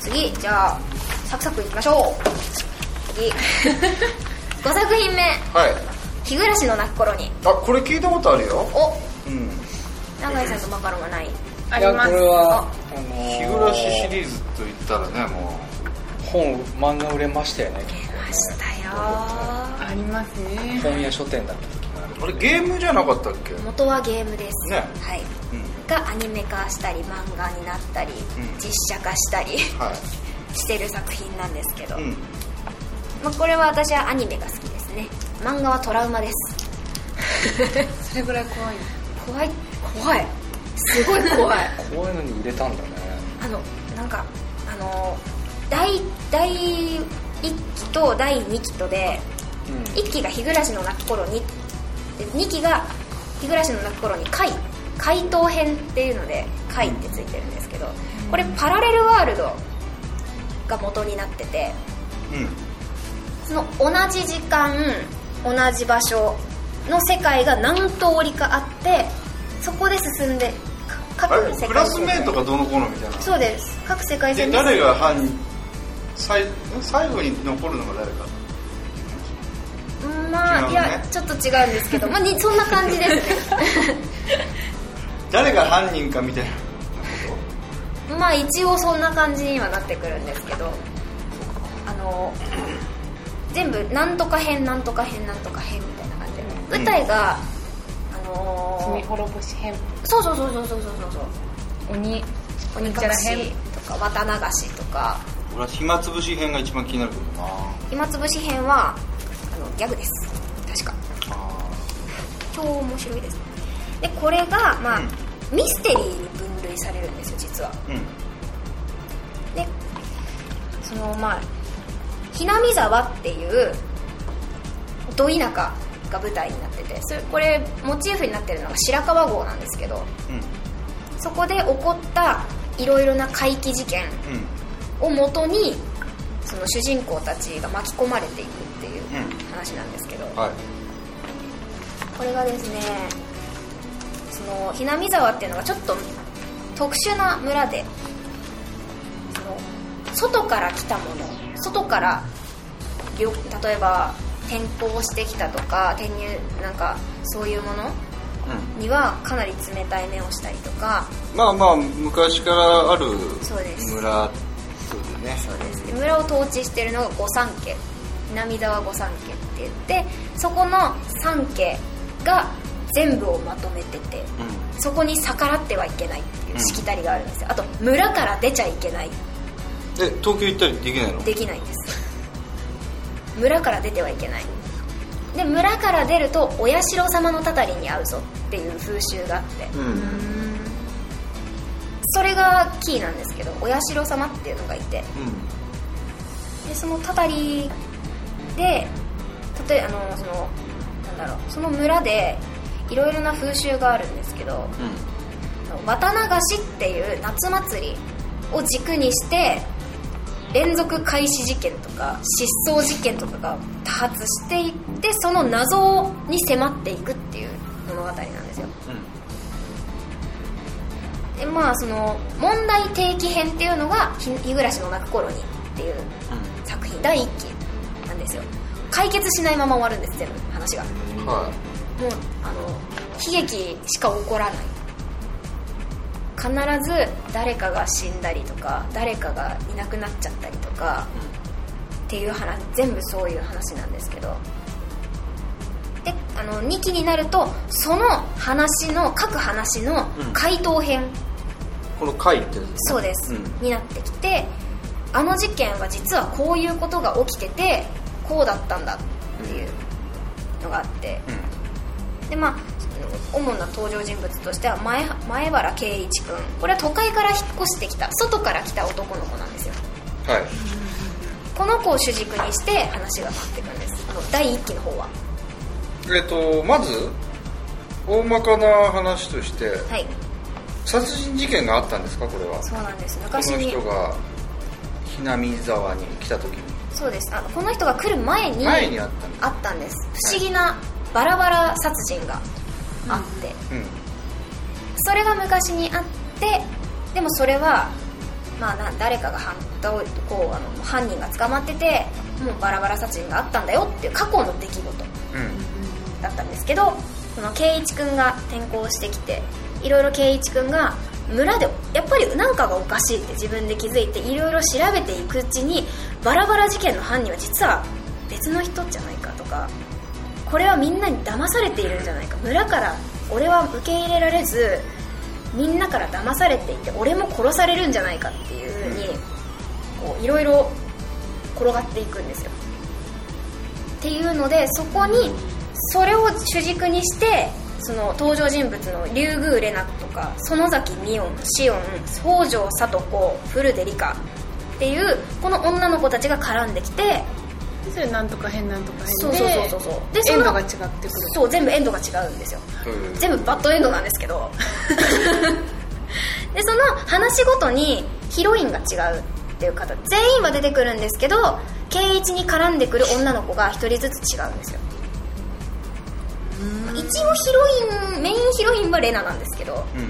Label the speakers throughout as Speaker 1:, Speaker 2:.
Speaker 1: 次じゃあサクサクいきましょう 次5作品目
Speaker 2: はい
Speaker 1: 「日暮らしの泣く頃に
Speaker 2: あこれ聞いたことあるよ」
Speaker 1: お
Speaker 2: うん
Speaker 1: 永井さんとマカロンはない
Speaker 3: あります
Speaker 4: いやこれはあの
Speaker 2: 日
Speaker 4: ー
Speaker 2: 暮らしシリーズと言ったらねも
Speaker 4: 本漫画売れましたよね
Speaker 1: ましたよ
Speaker 3: ありますね
Speaker 4: 本屋書店だった時もある
Speaker 2: うあれゲームじゃなかったっけ
Speaker 1: 元はゲームです、
Speaker 2: ね
Speaker 1: はい、
Speaker 2: うん
Speaker 1: がアニメ化したり漫画になったり、
Speaker 2: ん
Speaker 1: 実写化したり
Speaker 2: は
Speaker 1: してる作品なんですけど、
Speaker 2: いうん
Speaker 1: まあ、これは私はアニメが好きですね漫画はトラウマです
Speaker 3: それぐらい怖い
Speaker 1: 怖い怖いすごい怖 い
Speaker 4: こういうのに売れたんだね
Speaker 1: あのなんかあの第第1期と第2期とで
Speaker 4: うん
Speaker 1: 1期が日暮らしの泣く頃にで2期が日暮らしの泣く頃に回回答編っていうので回ってついてるんですけどこれパラレルワールドが元になってて
Speaker 2: うん
Speaker 1: その同じ時間同じ場所の世界が何通りかあってそこで進んでか
Speaker 2: あ
Speaker 1: 各
Speaker 2: れ
Speaker 1: 世界
Speaker 2: クラスメートがどうのこうのみたいな
Speaker 1: そうです各世界
Speaker 2: で
Speaker 1: 線で
Speaker 2: 誰が犯人最最後に残るのが誰か
Speaker 1: うんま
Speaker 2: 違う
Speaker 1: あ、
Speaker 2: ね
Speaker 1: いやちょっと違うんですけど、まあ、にそんな感じですね
Speaker 2: 誰が犯人かみたいな
Speaker 1: まあ一応そんな感じにはなってくるんですけどあの全部なんとか編なんとか編なんとか編みたいな感じで、舞台があの
Speaker 3: 罪
Speaker 1: ー
Speaker 3: 滅ぼし編
Speaker 1: そうそうそうそうそうそうそう
Speaker 3: 鬼
Speaker 1: 鬼隠
Speaker 3: ちゃら
Speaker 1: し
Speaker 3: 編
Speaker 1: とか綿流しとか
Speaker 2: 俺は暇つぶし編が一番気になるけどな
Speaker 1: 暇つぶし編はあのギャグです確か
Speaker 2: あ
Speaker 1: 超面白いですでこれが、まあ
Speaker 2: うん
Speaker 1: ミステリーに分類されるんですよ実は
Speaker 2: ーうん
Speaker 1: でそのまあひなみ沢っていうど田舎が舞台になっててそれこれモチーフになってるのが白川郷なんですけどそこで起こったいろいろな怪奇事件
Speaker 2: う
Speaker 1: を
Speaker 2: んうん
Speaker 1: もとにその主人公たちが巻き込まれていくっていう話なんですけど、
Speaker 2: はい
Speaker 1: これがですねそのひなみ沢っていうのがちょっと特殊な村でその外から来たもの外から旅例えば転校してきたとか転入なんかそういうもの
Speaker 2: うん
Speaker 1: にはかなり冷たい目をしたりとか
Speaker 2: まあまあ昔からある
Speaker 1: そうです
Speaker 2: 村そうでね
Speaker 1: そうですで村を統治してるのが御三家南沢御三家って言ってそこの三家が全部をまとめてて
Speaker 2: う
Speaker 1: そこに逆らってはいけないっていうしきたりがあるんですよあと村から出ちゃいけない
Speaker 2: んえ東京行ったりできないの
Speaker 1: できないん です村から出てはいけないで村から出るとお社様のたたりに会うぞっていう風習があって
Speaker 2: うん
Speaker 1: それがキーなんですけどお社様っていうのがいてでそのたたりで例えあのそのなんだろうその村でいろいろな風習があるんですけど
Speaker 2: うん
Speaker 1: 綿流しっていう夏祭りを軸にして連続開始事件とか失踪事件とかが多発していってその謎に迫っていくっていう物語なんですよでまあその問題提起編っていうのが「ひ日暮らしの泣く頃に」っていう作品第1期なんですよ解決しないまま終わるんです全部話がも
Speaker 2: うんうんは
Speaker 1: うあの悲劇しか起こらない必ず誰かが死んだりとか誰かがいなくなっちゃったりとかっていう話全部そういう話なんですけどであの2期になるとその話の各話の回答編、
Speaker 2: いこの回ってやつ
Speaker 1: そうです、
Speaker 2: うん
Speaker 1: になってきてあの事件は実はこういうことが起きててこうだったんだっていうのがあって、でまあ主な登場人物としては前前原圭一君これは都会から引っ越してきた外から来た男の子なんですよ
Speaker 2: はい
Speaker 1: この子を主軸にして話が立っていくんですあの第1期の方は
Speaker 2: えっとまず大まかな話として
Speaker 1: はい
Speaker 2: 殺人事件があったんですかこれは
Speaker 1: そうなんです
Speaker 2: こ
Speaker 1: 昔
Speaker 2: の
Speaker 1: に
Speaker 2: 人がひなみ沢に来た時に
Speaker 1: そうですあのこの人が来る前に
Speaker 2: 前にあったんだ
Speaker 1: あったんです不思議なバラバラ殺人があって、
Speaker 2: うん
Speaker 1: それが昔にあってでもそれはまあ、な誰かが犯どうこうあの犯人が捕まっててもうバラバラ殺人があったんだよっていう過去の出来事
Speaker 2: うん
Speaker 1: だったんですけどその圭一君が転校してきていろいろ圭一君が村でやっぱりなんかがおかしいって自分で気づいていろいろ調べていくうちにバラバラ事件の犯人は実は別の人じゃないかとかこれはみんなに騙されているんじゃないか村から俺は受け入れられずみんなから騙されていて俺も殺されるんじゃないかっていうふうにこういろいろ転がっていくんですよっていうのでそこにそれを主軸にしてその登場人物の竜宮レナとか園崎美音シオン北条聡子古出リカっていうこの女の子たちが絡んできて
Speaker 3: でそれなんとか変なんとか変で
Speaker 1: そうそうそうそうそうでそ
Speaker 3: エン
Speaker 1: の
Speaker 3: ドが違ってくる
Speaker 1: そう全部エンドが違うんですよ
Speaker 2: うん
Speaker 1: 全部バッドエンドなんですけど でその話ごとにヒロインが違うっていう方全員は出てくるんですけど圭一に絡んでくる女の子が1人ずつ違うんですよ一応ヒロインメインヒロインはレナなんですけど
Speaker 2: うん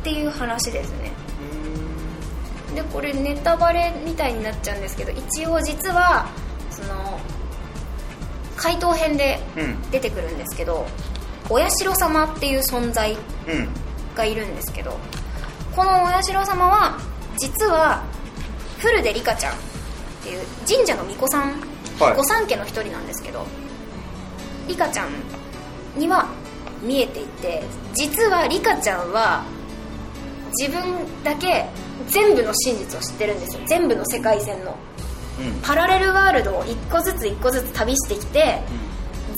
Speaker 1: っていう話ですねでこれネタバレみたいになっちゃうんですけど一応実はその回答編で
Speaker 2: うん
Speaker 1: 出てくるんですけど、お社様っていう存在
Speaker 2: うん
Speaker 1: がいるんですけどこのお社様は実は古でリカちゃんっていう神社の巫女さん、
Speaker 2: はい
Speaker 1: 御三家の一人なんですけどリカちゃんには見えていて実はリカちゃんは自分だけ全部の真実を知ってるんですよ全部の世界線の
Speaker 2: うん
Speaker 1: パラレルワールドを一個ずつ一個ずつ旅してきて、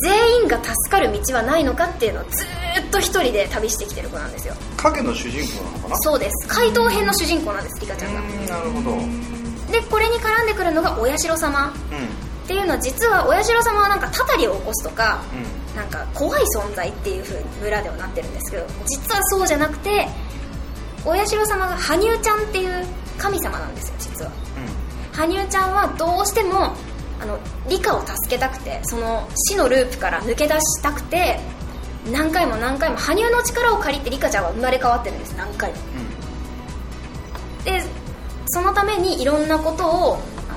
Speaker 1: 全員が助かる道はないのかっていうのをずーっと一人で旅してきてる子なんですよ
Speaker 2: 影の主人公なのかな
Speaker 1: そうです怪盗編の主人公なんですリカちゃんが
Speaker 2: うんなるほどうん
Speaker 1: でこれに絡んでくるのがお社様っていうのは実はお社様はなんかたたりを起こすとか
Speaker 2: う
Speaker 1: なんか怖い存在っていう風に村ではなってるんですけど実はそうじゃなくてお社様が羽生ちゃんっていう神様なんですよ実は
Speaker 2: ん
Speaker 1: 羽生ちゃんはどうしてもあの理科を助けたくてその死のループから抜け出したくて何回も何回も羽生の力を借りて理科ちゃんは生まれ変わってるんです何回もでそのためにいろんなことをあ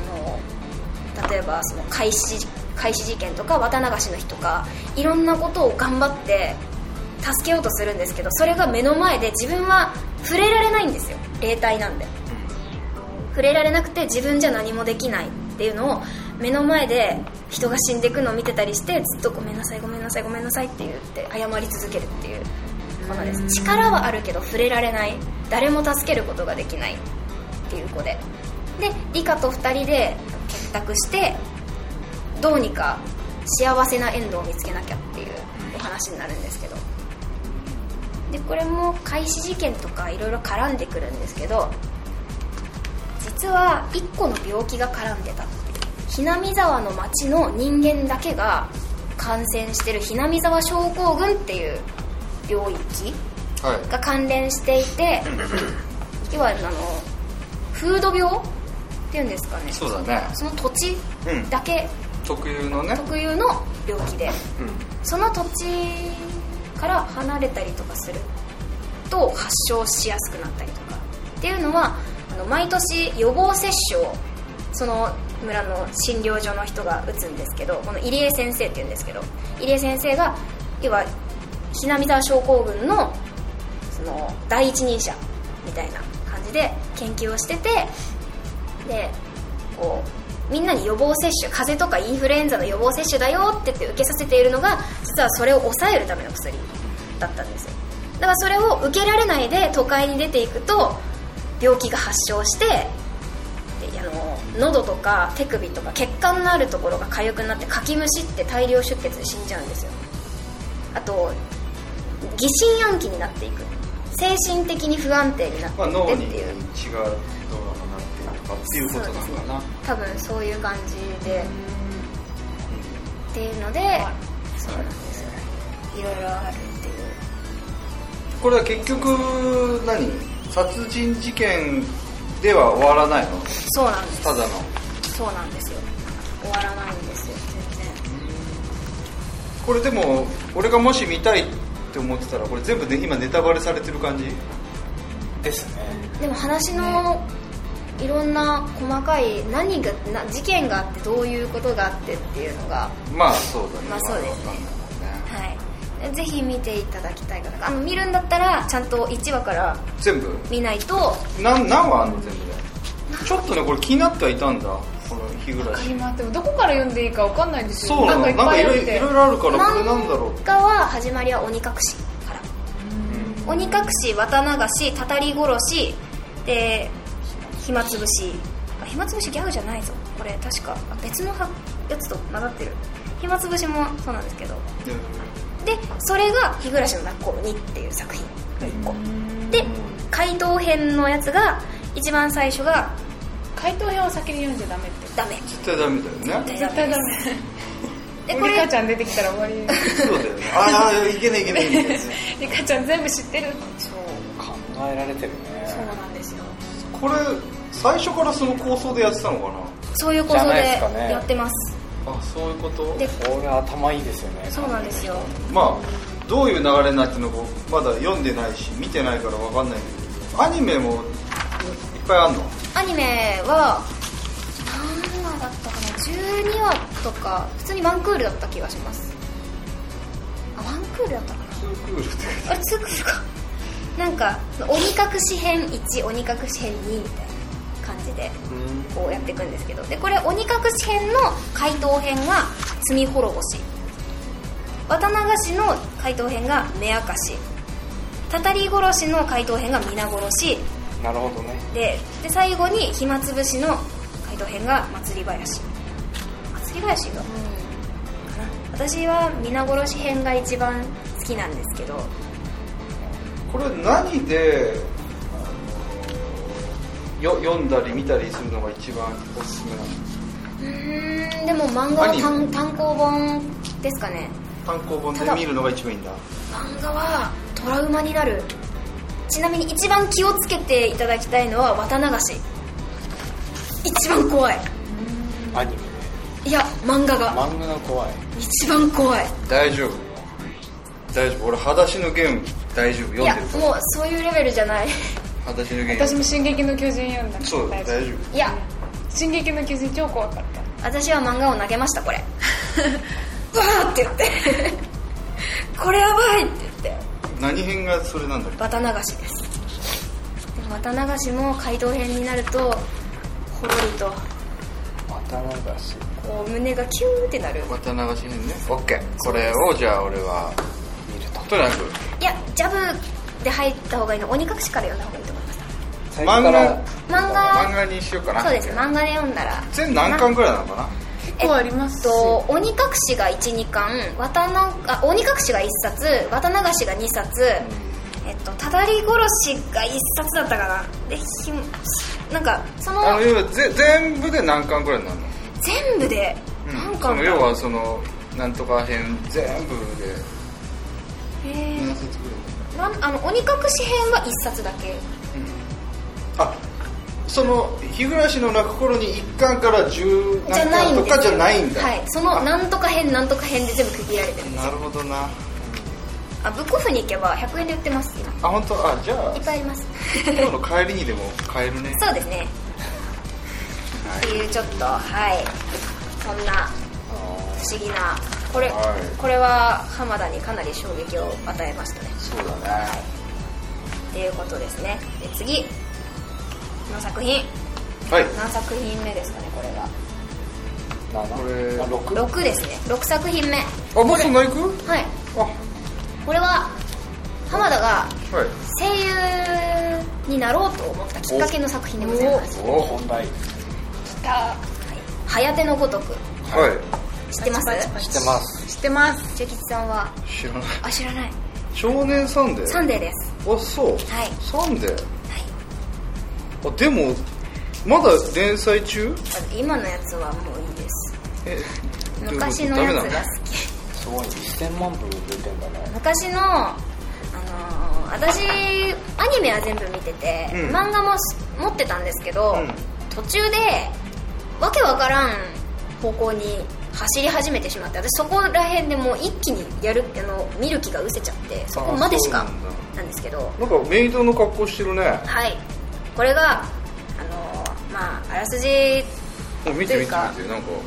Speaker 1: の例えばその開始開始事件とか綿流しの日とかいろんなことを頑張って助けようとするんですけどそれが目の前で自分は触れられないんですよ霊体なんで触れられなくて自分じゃ何もできないっていうのを目の前で人が死んでいくのを見てたりしてずっとごめんなさいごめんなさいごめんなさいって言って謝り続けるっていうものです力はあるけど触れられない誰も助けることができないっていう子でで理科と2人で結託してどうにか幸せなエンドを見つけなきゃっていうお話になるんですけどでこれも開始事件とかいろいろ絡んでくるんですけど実は1個の病気が絡んでたひなみざわの町の人間だけが感染してるひなみざわ症候群っていう領域
Speaker 2: はい
Speaker 1: が関連してい て要はあのフード病っていうんですかね
Speaker 2: そうだね
Speaker 1: その土地
Speaker 2: うん
Speaker 1: だけ
Speaker 2: 特有のね
Speaker 1: 特有の病気で
Speaker 2: うん
Speaker 1: その土地から離れたりとかすると発症しやすくなったりとかっていうのはあの毎年予防接種をその村の診療所の人が打つんですけどこの入江先生っていうんですけど入江先生が要はひなみざ症候群のその第一人者みたいな感じで研究をしててでこうみんなに予防接種風邪とかインフルエンザの予防接種だよって言って受けさせているのが実はそれを抑えるための薬だったんですよだからそれを受けられないで都会に出ていくと病気が発症してであの喉とか手首とか血管のあるところが痒くなってかきむしって大量出血で死んじゃうんですよあと疑心暗鬼になっていく精神的に不安定になって
Speaker 2: まあ
Speaker 1: い
Speaker 2: 脳
Speaker 1: って
Speaker 2: に
Speaker 1: って
Speaker 2: 血
Speaker 1: いう、
Speaker 2: がどうなのかなっていうのかっていうことなのかな
Speaker 1: 多分そういう感じでっていうのでそうなんですよねいろいろあるっていう
Speaker 2: これは結局何殺人事件では終わらないの
Speaker 1: そうなんです
Speaker 2: ただの
Speaker 1: そうなんですよ終わらないんですよ全
Speaker 2: これでも俺がもし見たいって思ってたらこれ全部ね今ネタバレされてる感じ
Speaker 1: 然
Speaker 4: ですね
Speaker 1: でも話のいろんな細かい何がな事件があってどういうことがあってっていうのが
Speaker 2: まあそうだね
Speaker 1: まあそうですね
Speaker 2: わかんないもんね
Speaker 1: はいぜひ見ていただきたいかなあの見るんだったらちゃんと1話から
Speaker 2: 全部
Speaker 1: 見ないと
Speaker 2: なん何話あんの全部でちょっとねこれ気になってはいたんだこの日暮ら
Speaker 3: わか
Speaker 2: し
Speaker 3: りますでもどこから読んでいいかわかんないんですよ
Speaker 2: そうなの
Speaker 3: なんかいっ
Speaker 2: なんか
Speaker 3: ぱ
Speaker 2: い
Speaker 3: いあっ
Speaker 2: ろ
Speaker 3: て
Speaker 2: いろいろあるからこれなんだろう
Speaker 1: 漫画は始まりは鬼隠しから鬼隠し綿流したたり殺しで暇つぶしあ暇つぶしギャグじゃないぞこれ確かあ別のはやつと混ざってる暇つぶしもそうなんですけどでそれが「日暮らしの泣く頃に」っていう作品が1個で怪盗編のやつが一番最初が
Speaker 3: 回答編を先に読んじゃダメって
Speaker 1: ダメ
Speaker 2: 絶対ダメだよね
Speaker 3: 絶対ダメ
Speaker 1: で
Speaker 3: リ
Speaker 1: これ
Speaker 3: カちゃん出てきたら終わり
Speaker 2: そうだよね ああいけないいけないいけない
Speaker 3: リカちゃん全部知ってるそう
Speaker 4: 考えられてる
Speaker 3: そう
Speaker 4: ね
Speaker 3: なんですよ
Speaker 2: これ最初からその構想でやってたのか
Speaker 1: そういう構想
Speaker 4: じゃないですか
Speaker 1: で
Speaker 4: ね
Speaker 1: やってます
Speaker 2: なあそういうこと
Speaker 1: で
Speaker 4: これ頭いいですよね
Speaker 1: そうなんですよ
Speaker 2: まあどういう流れになってるのかまだ読んでないし見てないからわかんないけどアニメもいっぱいあんの
Speaker 1: アニメは何話だったかな12話とか普通にワンクールだった気がしますあワンクールだったかな
Speaker 2: ツークールって
Speaker 1: あれツークールかなんか鬼隠し編1鬼隠し編2みたいな感じでこうやっていくんですけどでこれ鬼隠し編の怪盗編が罪滅ぼし綿流しの怪盗編が目明かしたたり殺しの怪盗編が皆殺し
Speaker 4: なるほどね
Speaker 1: でで最後に暇つぶしの怪盗編が祭り林祭り林が、かな私は皆殺し編が一番好きなんですけど
Speaker 2: これ何であのよ読んだり見たりするのが一番おすすめなの
Speaker 1: うーんでも漫画は単単行本ですかね
Speaker 2: 単行本
Speaker 1: た
Speaker 2: で
Speaker 1: だ
Speaker 2: 見るのが一番いいんだ
Speaker 1: 漫画はトラウマになるちなみに一番気をつけていただきたいのは綿流し一番怖い
Speaker 4: アニメね
Speaker 1: いや漫画が
Speaker 4: 漫画が怖い
Speaker 1: 一番怖い
Speaker 2: 大丈夫大丈夫俺裸足のゲーム大丈夫読ん
Speaker 1: い
Speaker 2: で
Speaker 1: や
Speaker 2: るから
Speaker 1: もうそういうレベルじゃない
Speaker 2: 裸足のゲーム
Speaker 3: 私も「進撃の巨人」読んだ
Speaker 2: そう大丈夫
Speaker 1: いや
Speaker 3: 進撃の巨人超怖かった
Speaker 1: 私は漫画を投げましたこれ うわーって言って これやばいって言って
Speaker 2: 何編がそれなんだっけ
Speaker 1: バタ流しですでもバタ流しも街道編になるとほろりと
Speaker 4: 頭だし
Speaker 1: こう胸がキューってなる
Speaker 2: 綿流し編ねオッケーこれをじゃあ俺は
Speaker 4: 見ると
Speaker 2: とにかく
Speaker 1: いやジャブで入った方がいいの鬼隠しから読んだ方がいいと思います
Speaker 4: 最初から
Speaker 1: 漫
Speaker 2: 漫
Speaker 1: 画
Speaker 2: 画にしようかな
Speaker 1: そうです漫画で読んだら
Speaker 2: 全何巻ぐらいなのかな
Speaker 3: 結構ありますし
Speaker 1: と鬼隠しが12巻綿なあ鬼隠しが1冊綿流しが2冊、えっとたたり殺しが1冊だったかなでひもなんかその
Speaker 2: あの要はぜ全部で何巻ぐらいになるの
Speaker 1: 全部で
Speaker 2: うん
Speaker 1: 何
Speaker 2: そ
Speaker 1: 巻
Speaker 2: の
Speaker 1: だ
Speaker 2: 要はそのなんとか編全部で
Speaker 1: へー
Speaker 2: 何冊ぐらい
Speaker 1: なんあの鬼隠し編は1冊だけ
Speaker 2: あその日暮らしの泣く頃に1巻から10
Speaker 1: じゃ
Speaker 2: 何
Speaker 1: ないん
Speaker 2: 巻
Speaker 1: で
Speaker 2: と
Speaker 1: す
Speaker 2: かじゃないんだ
Speaker 1: はいそのなんとか編なんとか編で全部区切られてる
Speaker 2: なるほどな
Speaker 1: あブックオフに行けば100円で売ってます今い
Speaker 2: あ本当あじゃあ
Speaker 1: っぱいあり ます
Speaker 2: 今日の帰りにでも買えるね
Speaker 1: そうですねっていうちょっとはいそんな
Speaker 4: あ
Speaker 1: 不思議なこれ、
Speaker 2: はい
Speaker 1: これは浜田にかなり衝撃を与えましたね
Speaker 4: ーそうだね
Speaker 1: っていうことですねで次この作品
Speaker 2: はい
Speaker 1: 何作品目ですかねこれは
Speaker 4: 7
Speaker 2: これ
Speaker 4: あ六
Speaker 1: 6ですね6作品目
Speaker 2: あもうそんな行く
Speaker 1: はい
Speaker 2: あ
Speaker 1: これは浜田が
Speaker 2: はい
Speaker 1: 声優になろうと思ったきっかけの作品でございます
Speaker 4: お本題
Speaker 1: 「はやてのごとく
Speaker 2: は」
Speaker 1: 知ってます
Speaker 4: してます
Speaker 3: 知ってます
Speaker 1: 中吉さんはい
Speaker 2: 知らない
Speaker 1: あ知らない
Speaker 2: 少年サンデー
Speaker 1: サンデーです
Speaker 2: あそう、
Speaker 1: はい
Speaker 2: サンデー
Speaker 1: はい
Speaker 2: あでもまだ連載中
Speaker 1: あ今のやつはもういいです
Speaker 2: えどういうこと
Speaker 1: 昔の
Speaker 2: ダメ
Speaker 1: や
Speaker 2: な
Speaker 1: つ
Speaker 2: の
Speaker 1: が好き
Speaker 4: すごい1000万部出てんだね
Speaker 1: 昔の、あのー私アニメは全部見てて、
Speaker 2: うん
Speaker 1: 漫画もし持ってたんですけど、
Speaker 2: うん
Speaker 1: 途中でわけわからん方向に走り始めてしまって私そこら辺でもう一気にやるあの見る気がうせちゃってそこまでし
Speaker 2: あ
Speaker 1: か
Speaker 2: そうなん
Speaker 1: なんですけど
Speaker 2: なんかメイドの格好してるね
Speaker 1: はいこれがあのまああらすじ
Speaker 2: もう見て見て見てなんかこ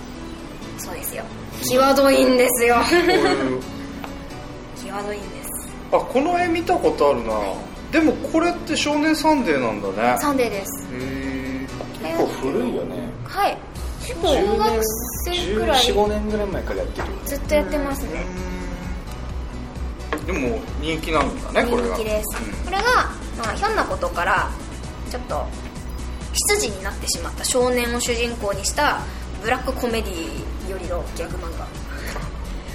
Speaker 1: そうですよ際どいんですよ
Speaker 2: ういう
Speaker 1: 際どいんです
Speaker 2: あこの絵見たことあるなでもこれって「少年サンデー」なんだね
Speaker 1: サンデーです
Speaker 2: へ
Speaker 1: え
Speaker 4: 結構古いよね
Speaker 1: はい中学生くらい
Speaker 4: 1415年ぐらい前からやってるよね
Speaker 1: ずっとやってますね
Speaker 2: えでも人気なんだねこれ
Speaker 1: 人
Speaker 2: が
Speaker 1: 気です、これが、まあ、ひょんなことからちょっと執事になってしまった少年を主人公にしたブラックコメディよりのギャグ漫画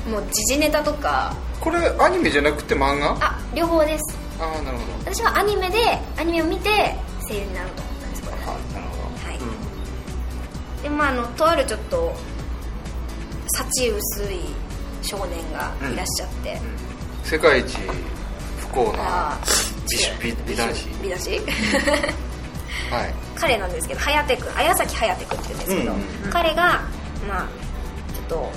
Speaker 1: もう時事ネタとか
Speaker 2: これアニメじゃなくて漫画あ
Speaker 1: あ両方です
Speaker 2: あなるほど
Speaker 1: 私はアニメでアニメを見て声優になろうと思ったんですこれは
Speaker 2: なる
Speaker 1: はい
Speaker 2: ほど、うん
Speaker 1: でまああのとあるちょっと幸薄い少年がいらっしゃって、
Speaker 2: 世界一不幸な
Speaker 1: あ
Speaker 2: 美し美美男子
Speaker 1: 美男子
Speaker 2: はい
Speaker 1: 彼なんですけど颯君綾崎颯君って言うんですけど、
Speaker 2: うんうん
Speaker 1: 彼がまあちょっと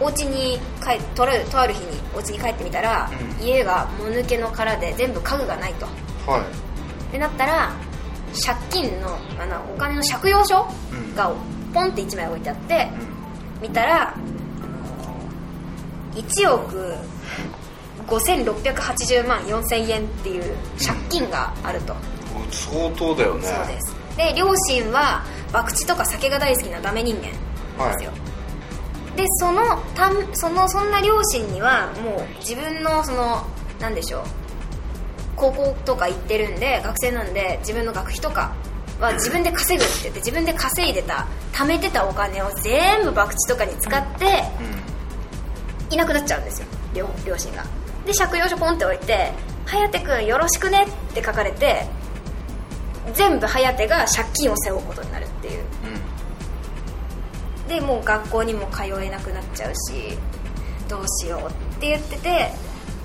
Speaker 1: お家に帰とあるとある日にお家に帰ってみたら、
Speaker 2: うん
Speaker 1: 家がもぬけの殻で全部家具がないと
Speaker 2: は
Speaker 1: ってなったら借金のあのお金の借用書
Speaker 2: うん
Speaker 1: がポンって1枚置いてあって、
Speaker 2: い、
Speaker 1: 見たら1億5680万4000円っていう借金があると、
Speaker 2: うん、相当だよね
Speaker 1: そうですで両親は博打とか酒が大好きなダメ人間なんですよ、でそのたんそのそんな両親にはもう自分のそのなんでしょう高校とか行ってるんで学生なんで自分の学費とかは自分で稼ぐって言って自分で稼いでた貯めてたお金を全部博打とかに使って、いなくなっちゃうんですよ両両親がで借用書ポンって置いて「颯君よろしくね」って書かれて全部颯が借金を背負うことになるっていう
Speaker 2: うん、うん
Speaker 1: でもう学校にも通えなくなっちゃうしどうしようって言ってて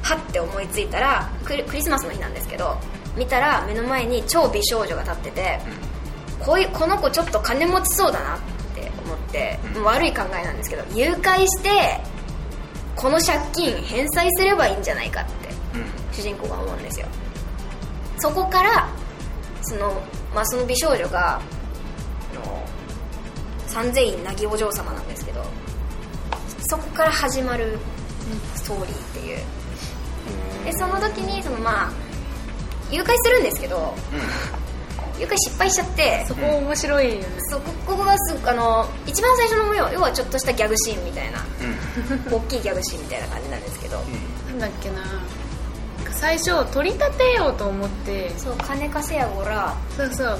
Speaker 1: はって思いついたらクリクリスマスの日なんですけど見たら目の前に超美少女が立ってて、こういうこの子ちょっと金持ちそうだなって思って、もう悪い考えなんですけど誘拐してこの借金返済すればいいんじゃないかって主人公が思うんですよそこからその,、まあ、その美少女があの三千院凪お嬢様なんですけどそこから始まるストーリーっていうでその時にそのまあ誘拐するんですけど、誘拐失敗しちゃって
Speaker 3: そこ面白いよね
Speaker 1: そうこここがすあの一番最初の模様要はちょっとしたギャグシーンみたいな 大きいギャグシーンみたいな感じなんですけど、
Speaker 3: なんだっけななんか最初取り立てようと思って
Speaker 1: そう金稼やごら
Speaker 3: そうそう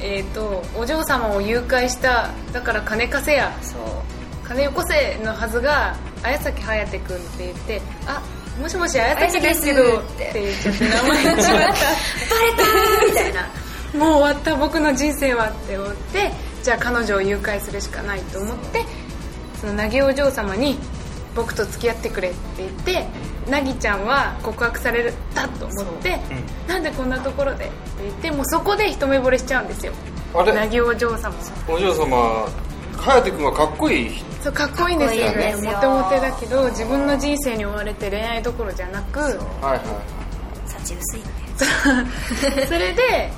Speaker 3: えっ、とお嬢様を誘拐しただから金稼や
Speaker 1: そう
Speaker 3: 金よこせのはずが綾崎颯君って言ってあもしもし綾崎ですけど
Speaker 1: 綾
Speaker 3: っ
Speaker 1: 崎です
Speaker 3: て言っちゃって名前言っちま
Speaker 1: バ
Speaker 3: っ
Speaker 1: レたーみたいな
Speaker 3: たもう終わった僕の人生はって思ってじゃあ彼女を誘拐するしかないと思ってその凪お嬢様に僕と付き合ってくれって言って凪ちゃんは告白されたと思って、なんでこんなところでって言ってもうそこで一目惚れしちゃうんですよ
Speaker 2: あれ
Speaker 3: 凪お嬢様は
Speaker 2: お嬢様颯君はかっこいい人
Speaker 3: そうかっこいいんですよ
Speaker 1: か
Speaker 3: ね
Speaker 1: っこいいんです
Speaker 3: モ
Speaker 1: よ
Speaker 3: テモテだけど自分の人生に追われて恋愛どころじゃなく
Speaker 2: はいはい
Speaker 1: 幸薄いんだよ
Speaker 3: それで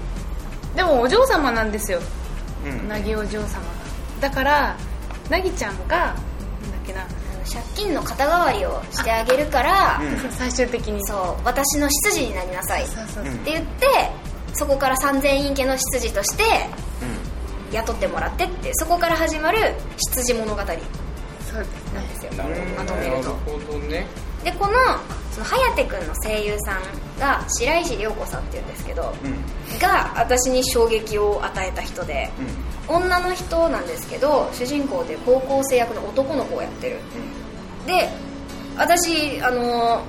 Speaker 3: でもお嬢様なんですよ
Speaker 2: うん
Speaker 3: 凪お嬢様がだから凪ちゃんがなんだっけな
Speaker 1: あの借金の肩代わりをしてあげるから、
Speaker 2: うん
Speaker 3: そう最終的にう
Speaker 1: そう私の執事になりなさいって
Speaker 3: そうそう
Speaker 2: うん
Speaker 1: 言ってそこから三千院家の執事として雇ってもらってってそこから始まる執事物語なんで
Speaker 3: そうですね
Speaker 1: すよ
Speaker 4: なるほど
Speaker 1: まと
Speaker 2: な
Speaker 1: め
Speaker 2: る
Speaker 1: ると
Speaker 2: ほどね
Speaker 1: でこのその颯君の声優さんが白石涼子さんっていうんですけど、
Speaker 2: うん
Speaker 1: が私に衝撃を与えた人で、女の人なんですけど主人公で高校生役の男の子をやってるで私あの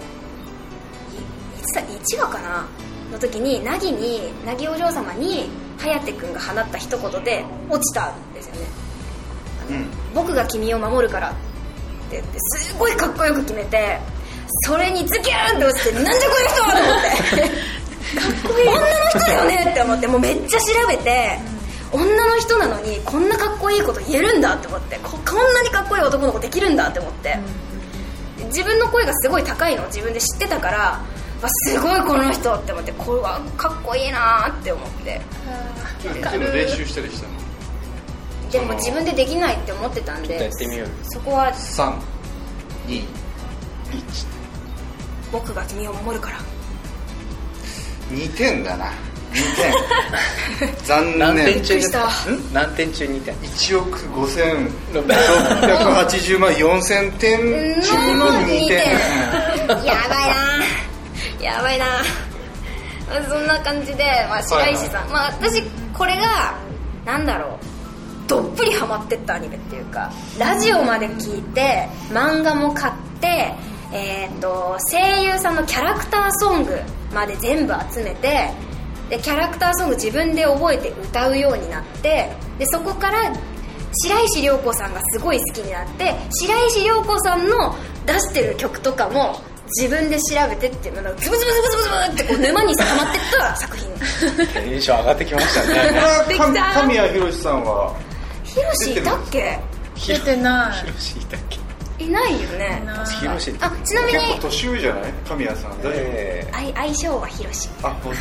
Speaker 1: 1話かなの時に凪に凪お嬢様に颯君が放った一言で落ちたんですよね
Speaker 2: うんうん
Speaker 1: 僕が君を守るからって言ってすごいかっこよく決めてそれにズキューンって落ちてなんじゃこの人はと思ってかっこいい女の人だよねって思ってもうめっちゃ調べて、女の人なのにこんなかっこいいこと言えるんだって思ってここんなにかっこいい男の子できるんだって思って、自分の声がすごい高いのを自分で知ってたからわすごいこの人って思ってこれはかっこいいなって思って
Speaker 5: ちょっと練習したりしたの
Speaker 1: でも自分でできないって思ってたん
Speaker 4: ちょっと
Speaker 1: で
Speaker 4: やってみようよ
Speaker 1: そこは
Speaker 2: 321
Speaker 1: 僕が君を守るから
Speaker 2: 二点だな二点残念
Speaker 4: 何点中ですか
Speaker 1: びっく
Speaker 4: ん何点中2点
Speaker 2: 1億5680万4000点中の2点
Speaker 1: やばいなやばいなまあそんな感じで、まあ、白石さん、まあ、私これがなんだろうどっぷりハマってったアニメっていうかラジオまで聞いて漫画も買って、えー、と声優さんのキャラクターソングまで全部集めてでキャラクターソング自分で覚えて歌うようになってでそこから白石涼子さんがすごい好きになって白石涼子さんの出してる曲とかも自分で調べてっていうのズブズブズブズブズブってこう沼にはまってった作品
Speaker 4: テンション上がってきました ね
Speaker 2: これは神神谷博さんは
Speaker 1: ヒロシいたっけ
Speaker 3: 出てない
Speaker 4: 広しいたっけ
Speaker 1: いないよね
Speaker 3: な
Speaker 4: 広し
Speaker 1: あちなみに
Speaker 2: 結構年上じゃない神谷さん大丈夫、
Speaker 4: え
Speaker 1: あい相性はヒロシ
Speaker 2: あほん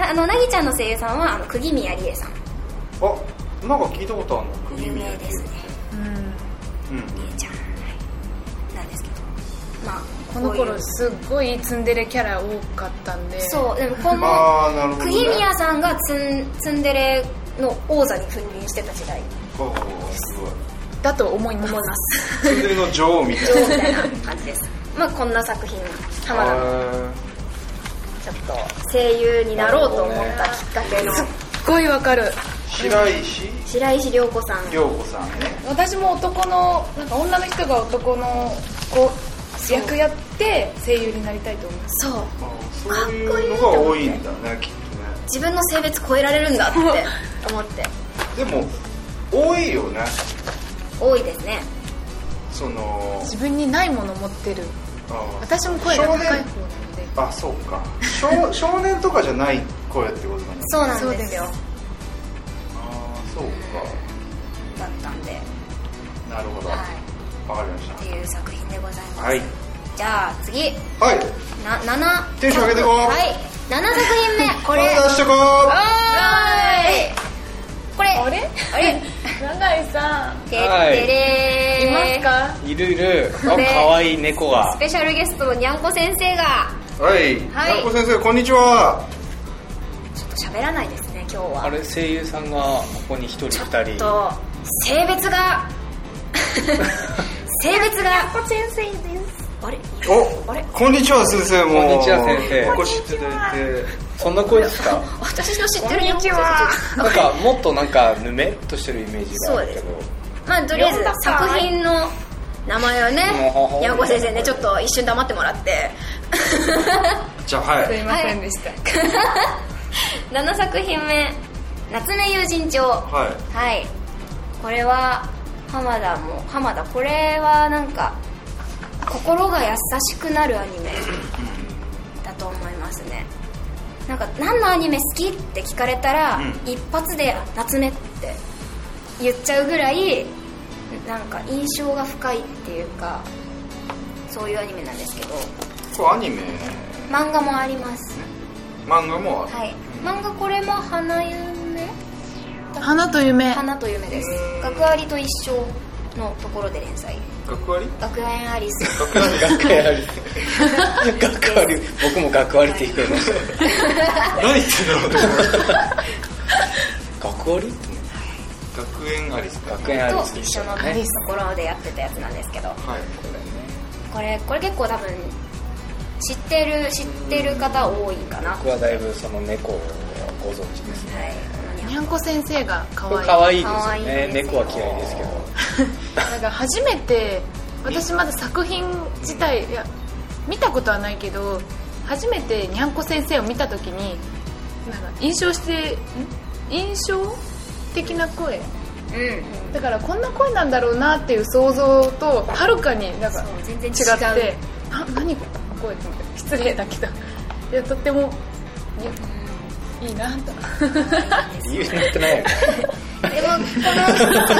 Speaker 1: あのなぎちゃんの声優さんはあの釘宮理恵さん
Speaker 2: あなんか聞いたことあるの釘
Speaker 1: 有名
Speaker 2: 宮
Speaker 1: ですね
Speaker 3: うん
Speaker 2: うん
Speaker 1: 理恵ちゃんはいなんですけどまあ
Speaker 3: この
Speaker 1: ういう
Speaker 3: 頃すっごいツンデレキャラ多かったんで
Speaker 1: そうでもこの
Speaker 2: ああなるほど、ね、
Speaker 1: 釘宮さんがツンツンデレの王座に君臨してた時代
Speaker 2: こうすごい
Speaker 3: だと思い ます
Speaker 1: 思います
Speaker 2: ツンデレの女王みたいな
Speaker 1: みたいな感じ ですまあこんな作品浜田の
Speaker 2: あ
Speaker 1: ちょっと声優になろうと思ったきっかけの
Speaker 3: すっごいわかる
Speaker 2: ー白石
Speaker 1: 白石涼子さん
Speaker 2: 涼子さんね
Speaker 6: 私も男のなんか女の人が男の子役やって声優になりたいと思います
Speaker 1: そう
Speaker 2: あーそういうのが多いんだねきっ
Speaker 1: 自分の性別超えられるんだって思って
Speaker 2: とねでも多いよね
Speaker 1: 多いですね
Speaker 2: その
Speaker 3: 自分にないもの持ってる
Speaker 2: あー
Speaker 3: 私も声が高い方な
Speaker 2: 少
Speaker 3: ので
Speaker 2: 年あそうか 少少年とかじゃない声ってことだね
Speaker 1: そうなんですよ
Speaker 2: ああそう
Speaker 1: だったんで
Speaker 2: かなるほどわ、
Speaker 1: はい
Speaker 2: かりまし
Speaker 1: っていう作品でございます、
Speaker 2: たはい
Speaker 1: じゃあ次
Speaker 2: はい
Speaker 1: な7
Speaker 2: テンション上げてこう
Speaker 1: はい7作品 目こ
Speaker 2: こ
Speaker 1: れ
Speaker 2: れ出してこ
Speaker 1: おーいこれあ
Speaker 6: れ
Speaker 1: あれ
Speaker 6: 永井さん
Speaker 1: てってれー
Speaker 6: いますか
Speaker 4: ー、いるいるあ
Speaker 1: これ
Speaker 4: 可愛い猫が
Speaker 1: スペシャルゲストのにゃんこ先生が
Speaker 2: うはい
Speaker 1: はい
Speaker 2: やっこ先生こんにちは
Speaker 1: ちょっと喋らないですね今日
Speaker 4: あ
Speaker 1: は
Speaker 4: れ声優さんがここに一人
Speaker 1: ちょ
Speaker 4: 二
Speaker 1: っ
Speaker 4: 人
Speaker 1: と性別 が性別が
Speaker 6: 先生です
Speaker 1: あれ
Speaker 2: お
Speaker 1: あれ
Speaker 2: こんにちは先生も
Speaker 4: こんにちは先生
Speaker 2: お越しいただいて
Speaker 4: そんな 声ですか
Speaker 1: 私の知ってるにゃんこ先生
Speaker 4: なんかもっとなんかぬめっとしてるイメージがあるけど
Speaker 1: まあとりあえず作品の名前をね
Speaker 4: うん
Speaker 1: にゃんこ先生ねちょっと一瞬黙ってもらって
Speaker 2: じゃあは
Speaker 3: す
Speaker 2: い
Speaker 3: いません でした、
Speaker 1: 7作品目「夏目友人帳」は
Speaker 2: はい
Speaker 1: い、これは浜田も浜田これはなんか心が優しくなるアニメだと思いますねなんか何のアニメ好きって聞かれたら、
Speaker 2: うん
Speaker 1: 一発で「夏目」って言っちゃうぐらいなんか印象が深いっていうかそういうアニメなんですけど
Speaker 2: これアニメ
Speaker 1: 漫画もあります
Speaker 2: 漫画もある、
Speaker 1: はい漫画これも花夢
Speaker 3: 花と夢
Speaker 1: 花と夢です学割と一緒のところで連載
Speaker 2: 学割
Speaker 1: 学園アリス
Speaker 2: 学割
Speaker 4: 学 割学割僕も学割って言ってました
Speaker 2: 何言ってんだろうと思って
Speaker 4: 学割
Speaker 2: 学園アリスか
Speaker 4: 学園アリス
Speaker 1: と
Speaker 4: で
Speaker 1: 一
Speaker 4: し
Speaker 1: 緒
Speaker 4: ょ
Speaker 1: のところでやってたやつなんですけど
Speaker 2: はい
Speaker 1: これこれ結構多分知ってる知ってる方多いかなはい
Speaker 4: 僕はだいぶその猫をご存知ですね
Speaker 3: にゃんこ先生が可
Speaker 4: これ
Speaker 3: 愛い
Speaker 4: 可愛いです
Speaker 1: 可
Speaker 4: よ
Speaker 1: 愛い
Speaker 4: ね
Speaker 1: ですよ
Speaker 4: 猫は嫌いですけど
Speaker 3: なんか初めて私まだ作品自体いや見たことはないけど初めてにゃんこ先生を見た時になんか印象してん印象的な声
Speaker 1: うん
Speaker 3: だからこんな声なんだろうなっていう想像とはるかになんか
Speaker 1: そう全
Speaker 3: 違
Speaker 1: 然違
Speaker 3: っ
Speaker 1: う
Speaker 3: てあ何この声と思って失礼だけどいやとってもにいいな と
Speaker 4: 理由になってないよね
Speaker 1: でもこの作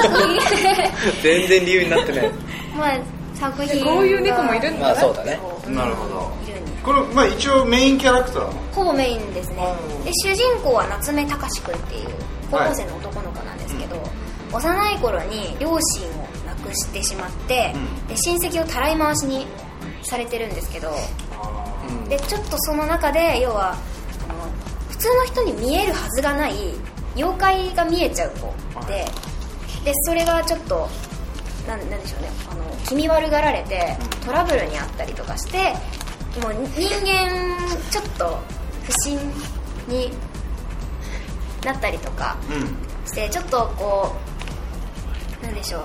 Speaker 4: 全然理由になってない
Speaker 1: 品 まあ作品は
Speaker 3: こういう猫もいるん
Speaker 4: ま
Speaker 3: だ
Speaker 4: あ
Speaker 3: な
Speaker 4: そうだね
Speaker 2: なるほど
Speaker 1: いるんで
Speaker 2: これまあ一応メインキャラクターなの
Speaker 1: ほぼメインですね
Speaker 2: うん
Speaker 1: で主人公は夏目隆君っていう高校生の男の子なんですけど、幼い頃に両親を亡くしてしまって、
Speaker 2: うん
Speaker 1: で親戚をたらい回しにされてるんですけどでちょっとその中で要はあの普通の人に見えるはずがない妖怪が見えちゃう子ででそれがちょっとなんなんでしょうねあの気味悪がられてトラブルにあったりとかしてもう人間ちょっと不審になったりとか
Speaker 2: うん
Speaker 1: してちょっとこうなんでしょう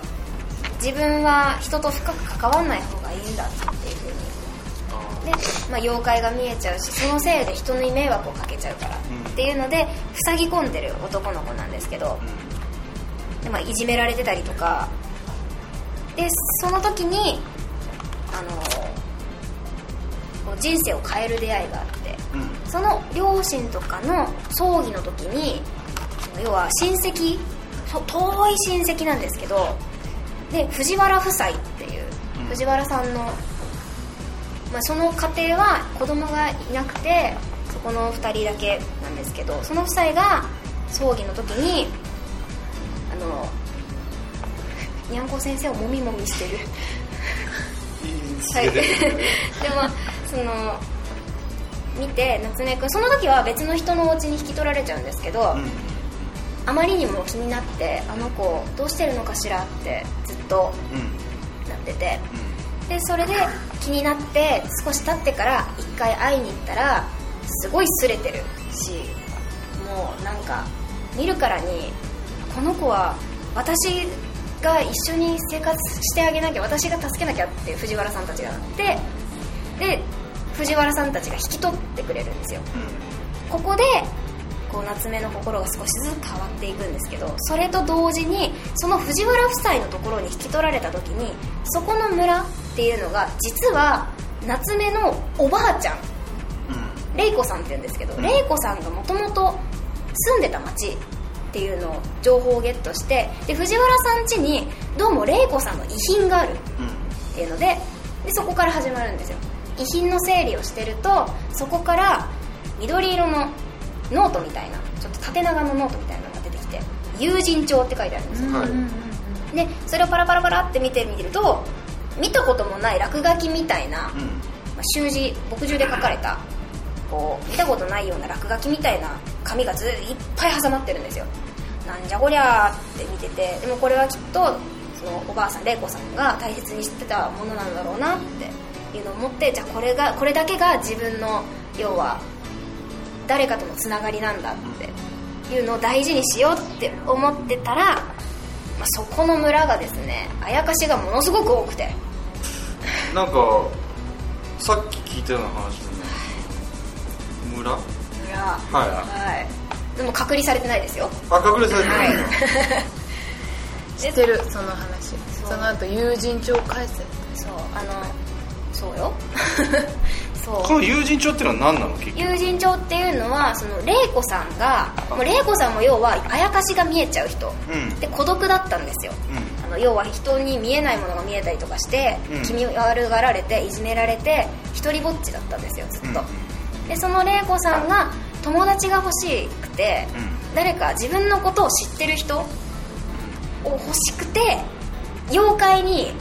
Speaker 1: 自分は人と深く関わらない方がいいんだっていうふうにで、まあ、妖怪が見えちゃうしそのせいで人に迷惑をかけちゃうから、
Speaker 2: ん
Speaker 1: っていうので塞ぎ込んでる男の子なんですけど、でまあ、いじめられてたりとかでその時にあのこう人生を変える出会いがあって
Speaker 2: うん
Speaker 1: その両親とかの葬儀の時に要は親戚と遠い親戚なんですけどで藤原夫妻っていう
Speaker 2: うん
Speaker 1: 藤原さんの、まあ、その家庭は子供がいなくてそこの2人だけなんですけどその夫妻が葬儀の時にあのにゃんこ先生をもみもみしてるはい、で もその見て夏目くんその時は別の人のお家に引き取られちゃうんですけど、
Speaker 2: うん
Speaker 1: あまりにも気になってあの子どうしてるのかしらってずっとなっててでそれで気になって少し経ってから一回会いに行ったらすごい擦れてるしもうなんか見るからにこの子は私が一緒に生活してあげなきゃ私が助けなきゃって藤原さんたちがなってで藤原さんたちが引き取ってくれるんですよここでこう夏目の心が少しずつ変わっていくんですけどそれと同時にその藤原夫妻のところに引き取られた時にそこの村っていうのが実は夏目のおばあちゃん玲子さんって言うんですけど玲子さんがもともと住んでた町っていうのを情報をゲットしてで藤原さん家にどうも玲子さんの遺品があるっていうのででそこから始まるんですよ遺品の整理をしてるとそこから緑色のノートみたいなちょっと縦長のノートみたいなのが出てきて「友人帳」って書いてあるんですよ、
Speaker 2: うんはい
Speaker 1: でそれをパラパラパラって見てみると見たこともない落書きみたいな、
Speaker 2: う
Speaker 1: ま
Speaker 2: ん
Speaker 1: あ習字墨汁で書かれたこう見たことないような落書きみたいな紙がずいっぱい挟まってるんですよなんじゃこりゃーって見ててでもこれはきっとそのおばあさん玲子さんが大切にしてたものなんだろうなっていうのを思ってじゃあこれがこれだけが自分の要は誰かとのつながりなんだっていうのを大事にしようって思ってたら、まあ、そこの村がですねあやかしがものすごく多くて
Speaker 2: なんかさっき聞いたような話でね村は
Speaker 1: 村はいはいでも隔離されてないですよ
Speaker 2: 赤くれされて
Speaker 1: は
Speaker 2: ない
Speaker 1: い
Speaker 2: の
Speaker 3: 知ってるその話
Speaker 1: そう
Speaker 3: その後友人帳返せ
Speaker 1: そうあのそう よそう
Speaker 2: この友人帳っていうのは何なの結局
Speaker 1: 友人帳っていうのはその玲子さんがもう玲子さんも要はあやかしが見えちゃう人、
Speaker 2: うん
Speaker 1: で孤独だったんですよ、
Speaker 2: う
Speaker 1: あの要は人に見えないものが見えたりとかして、
Speaker 2: うん
Speaker 1: 気味悪がられていじめられて一人ぼっちだったんですよずっと、でその玲子さんが友達が欲しくて、
Speaker 2: う
Speaker 1: 誰か自分のことを知ってる人を欲しくて妖怪に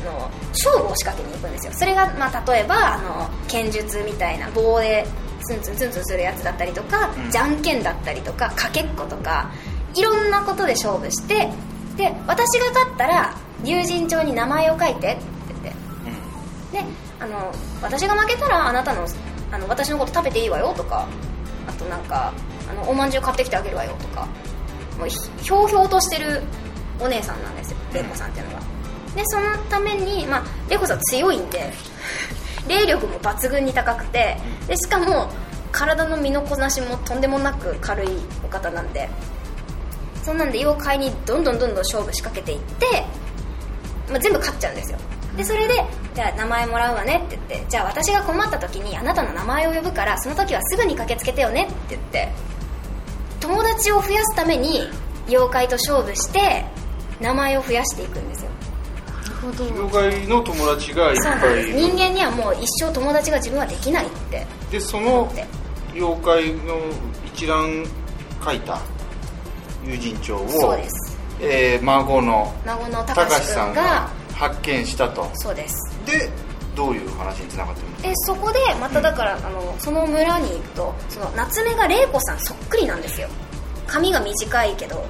Speaker 1: あの勝負を仕掛けに行くんですよそれが、まあ、例えばあの剣術みたいな棒でツンツンツンツンするやつだったりとか、
Speaker 2: うん
Speaker 1: じゃんけんだったりとかかけっことかいろんなことで勝負してで私が勝ったら友人帳に名前を書いてって言ってであの私が負けたらあなたのあの私のこと食べていいわよとかあとなんかあのおまんじゅう買ってきてあげるわよとかもうひひょうひょうとしてるお姉さんなんですよ玲子さんっていうのがでそのためにまあ玲子さん強いんで 霊力も抜群に高くてでしかも体の身のこなしもとんでもなく軽いお方なんでそんなんで妖怪にどんどんどんどん勝負仕掛けていって、まあ、全部勝っちゃうんですよでそれでじゃあ名前もらうわねって言ってじゃあ私が困った時にあなたの名前を呼ぶからその時はすぐに駆けつけてよねって言って友達を増やすために妖怪と勝負して名前を増やしていくんですよ
Speaker 2: 妖怪の友達がいっ
Speaker 1: そうなん
Speaker 2: ぱ
Speaker 1: で
Speaker 2: い
Speaker 1: す
Speaker 2: いる
Speaker 1: 人間にはもう一生友達が自分はできないって
Speaker 2: でその妖怪の一覧書いた友人帳を
Speaker 1: そうです
Speaker 2: えー孫の
Speaker 1: 孫の
Speaker 2: たか
Speaker 1: 隆
Speaker 2: し
Speaker 1: 志
Speaker 2: さ
Speaker 1: く
Speaker 2: ん
Speaker 1: ん
Speaker 2: が
Speaker 1: が
Speaker 2: 発見したと
Speaker 1: そうです
Speaker 2: でどういう話につながってるの
Speaker 1: でそこでまただから、あのその村に行くとその夏目が玲子さんそっくりなんですよ髪が短いけど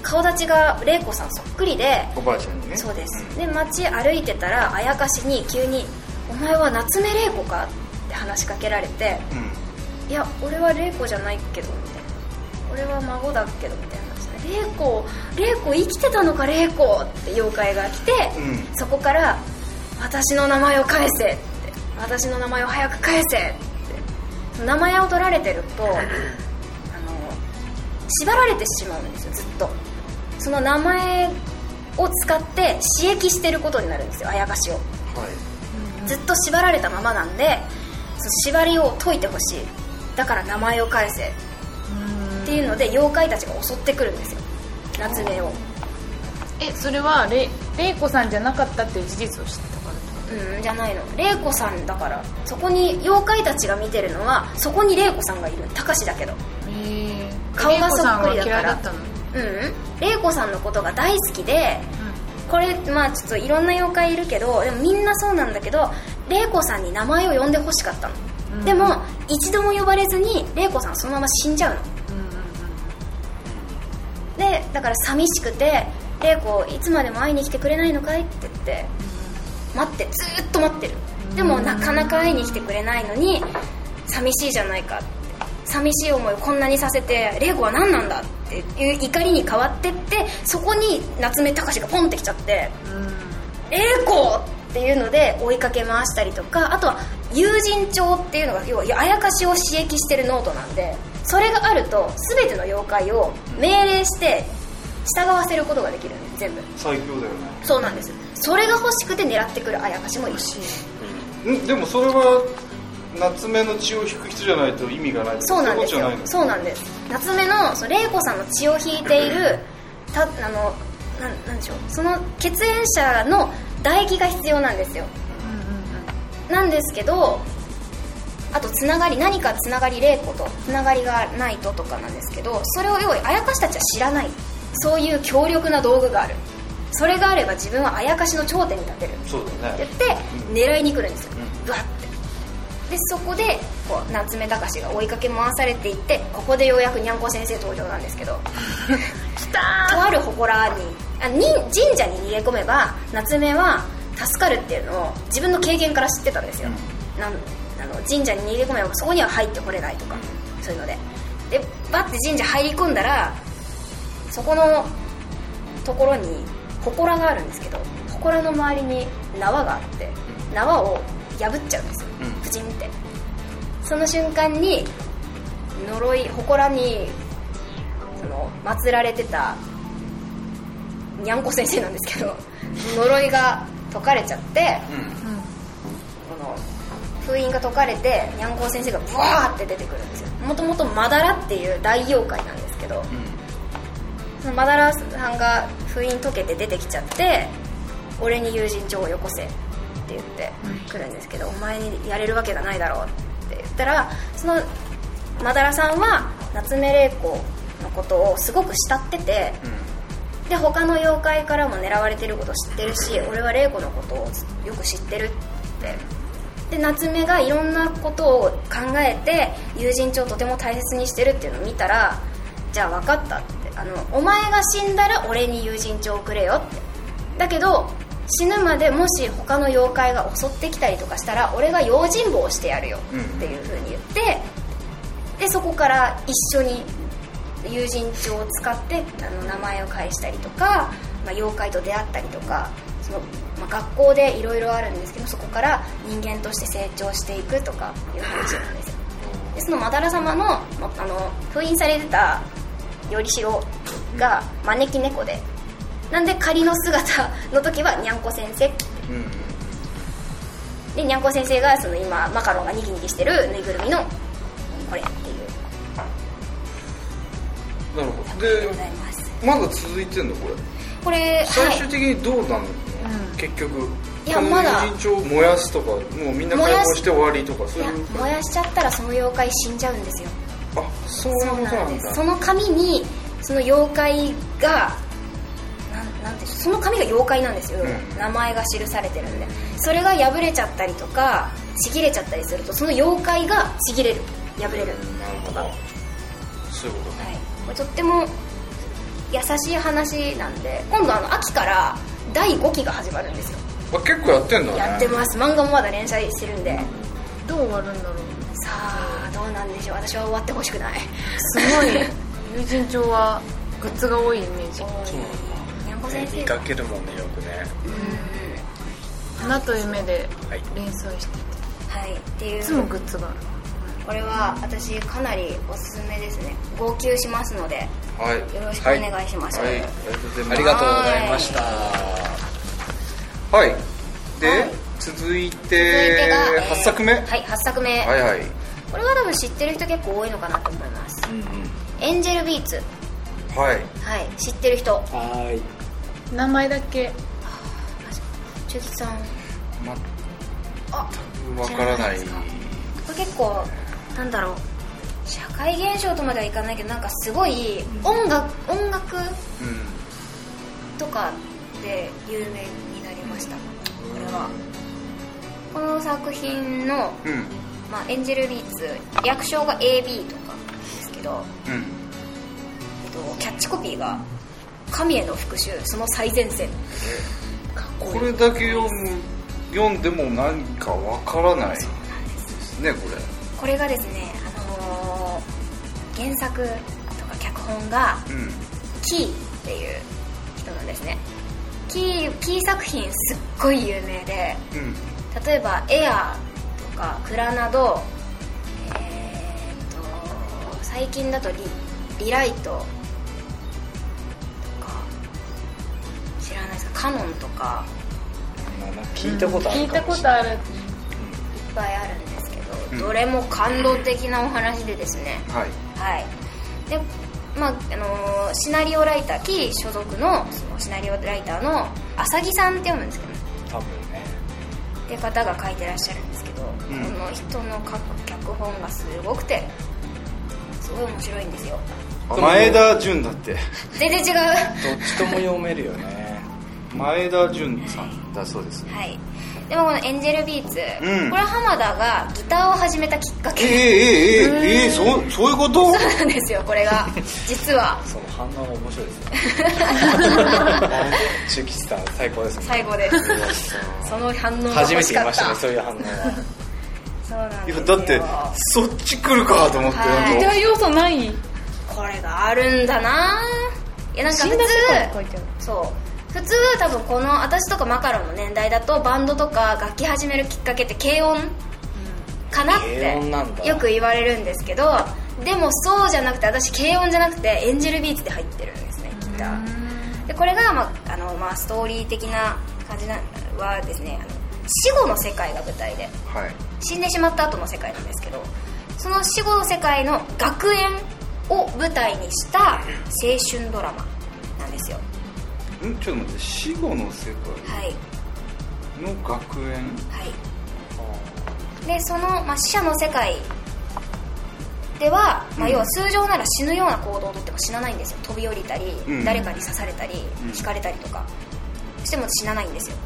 Speaker 1: 顔立ちが玲子さんそっくりで
Speaker 2: おばあちゃんにね
Speaker 1: そうです
Speaker 2: ん
Speaker 1: で街歩いてたらあやかしに急に「お前は夏目玲子か?」って話しかけられて「いや俺は玲子じゃないけど」みたいな「俺は孫だけど」みたいな「玲子玲子生きてたのか玲子」って妖怪が来て、
Speaker 2: う
Speaker 1: そこから「私の名前を返せ」って「私の名前を早く返せ」ってその名前を取られてるとあの縛られてしまうんですよずっとその名前を使って刺激してることになるんですよあやかしを
Speaker 2: うんはい
Speaker 1: ずっと縛られたままなんでその縛りを解いてほしいだから名前を返せっていうので妖怪たちが襲ってくるんですよ夏目を
Speaker 6: えそれはれ玲子さんじゃなかったっていう事実を知ったから
Speaker 1: うんじゃないの玲子さんだからそこに妖怪たちが見てるのはそこに玲子さんがいる高志だけど
Speaker 6: へえ
Speaker 1: 顔がそっくりだか
Speaker 6: 玲
Speaker 1: ら
Speaker 6: 子さんは嫌いだったの
Speaker 1: うんうん玲子さんのことが大好きで、これまあちょっといろんな妖怪いるけどでもみんなそうなんだけど玲子さんに名前を呼んでほしかったの、でも一度も呼ばれずに玲子さんはそのまま死んじゃうの、でだから寂しくて「玲子いつまでも会いに来てくれないのかい?」って言って待ってずーっと待ってるでもなかなか会いに来てくれないのに寂しいじゃないかって寂しい思いをこんなにさせて玲子は何なんだっていう怒りに変わってってそこに夏目隆がポンってきちゃって「玲子!」っていうので追いかけ回したりとかあとは友人帳っていうのが要はあやかしを刺激してるノートなんでそれがあると全ての妖怪を命令して従わせることができるんです全部
Speaker 2: 最強だよね
Speaker 1: そうなんですそれが欲しくて狙ってくるあやかしもいるし
Speaker 2: んでもそれは夏目の血を引く人じゃないと意味がない
Speaker 1: そうなんです
Speaker 2: そう
Speaker 1: よ
Speaker 2: いうことじゃ
Speaker 1: そうなんです夏目のその玲子さんの血を引いているたあのなんなんでしょうその血縁者の唾液が必要なんですよなんですけどあとつながり何かつながり玲子とつながりがないととかなんですけどそれを用意あやかしたちは知らないそういう強力な道具があるそれがあれば自分はあやかしの頂点に立てる
Speaker 2: そうだよ
Speaker 1: って
Speaker 2: ね
Speaker 1: 言って狙いに来るんですよブワッてでそこでこう夏目隆が追いかけ回されていってここでようやくにゃんこ先生登場なんですけ どとある祠にあに神社に逃げ込めば夏目は助かるっていうのを自分の経験から知ってたんですよ、なんあの神社に逃げ込めばそこには入ってこれないとかそういうのででバッて神社入り込んだらそこのところに祠があるんですけど祠の周りに縄があって縄を破っちゃうんですよ、プチンってその瞬間に呪い祠にその祀られてたにゃんこ先生なんですけど呪いが解かれちゃって、この封印が解かれてにゃんこ先生がブワーって出てくるんですよもともとマダラっていう大妖怪なんですけど、そのマダラさんが封印解けて出てきちゃって俺に友人帳をよこせって言ってくるんですけど、お前にやれるわけがないだろうって言ったらそのマダラさんは夏目玲子のことをすごく慕ってて、で他の妖怪からも狙われてること知ってるし俺は玲子のことをよく知ってるってで夏目がいろんなことを考えて友人帳をとても大切にしてるっていうのを見たらじゃあ分かったってあのお前が死んだら俺に友人帳をくれよってだけど死ぬまでもし他の妖怪が襲ってきたりとかしたら俺が用心棒をしてやるよっていう風に言って、でそこから一緒に友人帳を使ってあの名前を返したりとか、まあ、妖怪と出会ったりとかその、まあ、学校でいろいろあるんですけどそこから人間として成長していくとかいう話なんですよでそのまだら様のまあの封印されてたよりしろが招き猫でなんで仮の姿の時はにゃんこ先生
Speaker 2: うん
Speaker 1: でにゃんこ先生がその今マカロンがニキニキしてるぬいぐるみのこれっていう
Speaker 5: なるほど
Speaker 1: で
Speaker 5: で
Speaker 1: ございます
Speaker 5: まだ続いてんのこれ
Speaker 1: これ
Speaker 5: 最終
Speaker 1: は
Speaker 5: 的にどうなるの、結局
Speaker 1: いや
Speaker 5: この
Speaker 1: まだ
Speaker 5: 人情を燃やすとかもうみんな解放して終わりとか
Speaker 1: い、
Speaker 5: そ
Speaker 1: いう
Speaker 5: い
Speaker 1: や
Speaker 5: う
Speaker 1: 燃やしちゃったらその妖怪死んじゃうんですよ
Speaker 5: あそういうことなんだ
Speaker 1: その紙にその妖怪がなんなんていうのその紙が妖怪なんですよ、
Speaker 5: うん
Speaker 1: 名前が記されてるんでそれが破れちゃったりとかちぎれちゃったりするとその妖怪がちぎれる破れる
Speaker 5: なるほ
Speaker 1: とか、
Speaker 5: ど
Speaker 1: はい、
Speaker 5: そういうこと
Speaker 1: これとっても優しい話なんで今度あの秋から第5期が始まるんですよ
Speaker 5: あ結構やってんだね
Speaker 1: やってます漫画もまだ連載してるんで
Speaker 3: どう終わるんだろう
Speaker 1: さあどうなんでしょう私は終わってほしくない
Speaker 3: すご い友人帳はグッズが多いイメージ
Speaker 1: にゃんこ先
Speaker 4: ね見
Speaker 1: 生
Speaker 4: かけるもんねよくね
Speaker 3: 花と夢で
Speaker 4: はい
Speaker 3: 連載していて
Speaker 1: はいっていう
Speaker 3: いつもグッズがある
Speaker 1: これは私かなりおすすめですね号泣しますのでよ
Speaker 5: はいはい
Speaker 1: ろしくお願いします、
Speaker 5: ありがとうございます
Speaker 4: ありがとうございました
Speaker 5: はいで、
Speaker 1: はい
Speaker 5: 続い
Speaker 1: 続い
Speaker 5: て
Speaker 1: てが、えー
Speaker 5: 8作目、
Speaker 1: はい8作目、
Speaker 5: はいはい
Speaker 1: これは多分知ってる人結構多いのかなと思います
Speaker 5: うんうん
Speaker 1: エンジェルビーツ
Speaker 5: はい
Speaker 1: はい知ってる人
Speaker 4: はい
Speaker 3: 名前だけ
Speaker 1: 中吉さんあ
Speaker 5: 全くわからない
Speaker 1: 知らですかこれ結構なんだろう社会現象とまではいかないけどなんかすごい音楽音楽
Speaker 5: うん
Speaker 1: とかで有名になりましたこれはこの作品の
Speaker 5: うん
Speaker 1: まあ、エンジェルビーツ略称が AB とかですけど、
Speaker 5: うん
Speaker 1: えっと、キャッチコピーが「神への復讐その最前線」かっこいい
Speaker 5: これだけ読む読んでも何かわからないですねこれ
Speaker 1: これがですね、あのー原作とか脚本が
Speaker 5: うん
Speaker 1: キーっていう人なんですねキーキー作品すっごい有名で
Speaker 5: うん
Speaker 1: 例えば「エアー」とか「クラ」などえーっと最近だとリ「リライト」とか知らないですか「カノン」とか
Speaker 4: 聞いたことあ
Speaker 3: 聞
Speaker 4: る
Speaker 3: い
Speaker 4: か
Speaker 3: た
Speaker 4: も
Speaker 3: こ
Speaker 4: しれ
Speaker 3: と
Speaker 4: ない
Speaker 3: ある
Speaker 1: いっぱいあるんですけど、
Speaker 5: うん
Speaker 1: どれも感動的なお話でですね
Speaker 5: はい
Speaker 1: はいでまああのーシナリオライターキー所属のそのシナリオライターの浅木さんって読むんですけどね
Speaker 4: 多分ね
Speaker 1: って方が書いてらっしゃるんですけど、
Speaker 5: ん
Speaker 1: この人の書く脚本がすごくてすごい面白いんですよ
Speaker 2: 前田純だ って
Speaker 1: 全然違うは
Speaker 4: どっちとも読めるよね
Speaker 2: 前田純さんだそうです
Speaker 1: いでもこのエンジェルビーツ、
Speaker 5: うん
Speaker 1: これは浜田がギターを始めたきっか
Speaker 2: ええ
Speaker 1: け、
Speaker 2: ええええええそうそういうこと
Speaker 1: そうなんですよこれが実は
Speaker 4: その反応が面白いですね中吉さん最高ですね
Speaker 1: 最後ですその反応が
Speaker 4: 初
Speaker 1: 欲
Speaker 4: め
Speaker 1: してか
Speaker 4: 見
Speaker 1: った
Speaker 4: ましたねそういう反応は
Speaker 1: そうなん
Speaker 2: い
Speaker 1: です
Speaker 2: や
Speaker 1: よ
Speaker 2: だってそっち来るかと思って、
Speaker 1: はい
Speaker 3: ギター要素ない
Speaker 1: これがあるんだないやなんか普通そう普通多分この私とかマカロンの年代だとバンドとか楽器始めるきっかけって軽音かなっ
Speaker 4: 軽音なんだ
Speaker 1: てよく言われるんですけどでもそうじゃなくて私軽音じゃなくてエンジェルビーツで入ってるんですねギターでこれが、まああのまあ、ストーリー的な感じなんはですねあの死後の世界が舞台で
Speaker 5: はい
Speaker 1: 死んでしまった後の世界なんですけどその死後の世界の学園を舞台にした青春ドラマなんですよ
Speaker 5: んちょっと待って死後の世界
Speaker 1: はい
Speaker 5: の学園
Speaker 1: はいでその、まあ、死者の世界では、まあ、要は通常なら死ぬような行動をとっても死なないんですよ飛び降りたり、
Speaker 5: うん
Speaker 1: 誰かに刺されたり
Speaker 5: うん
Speaker 1: 引かれたりとかしても死なないんですよ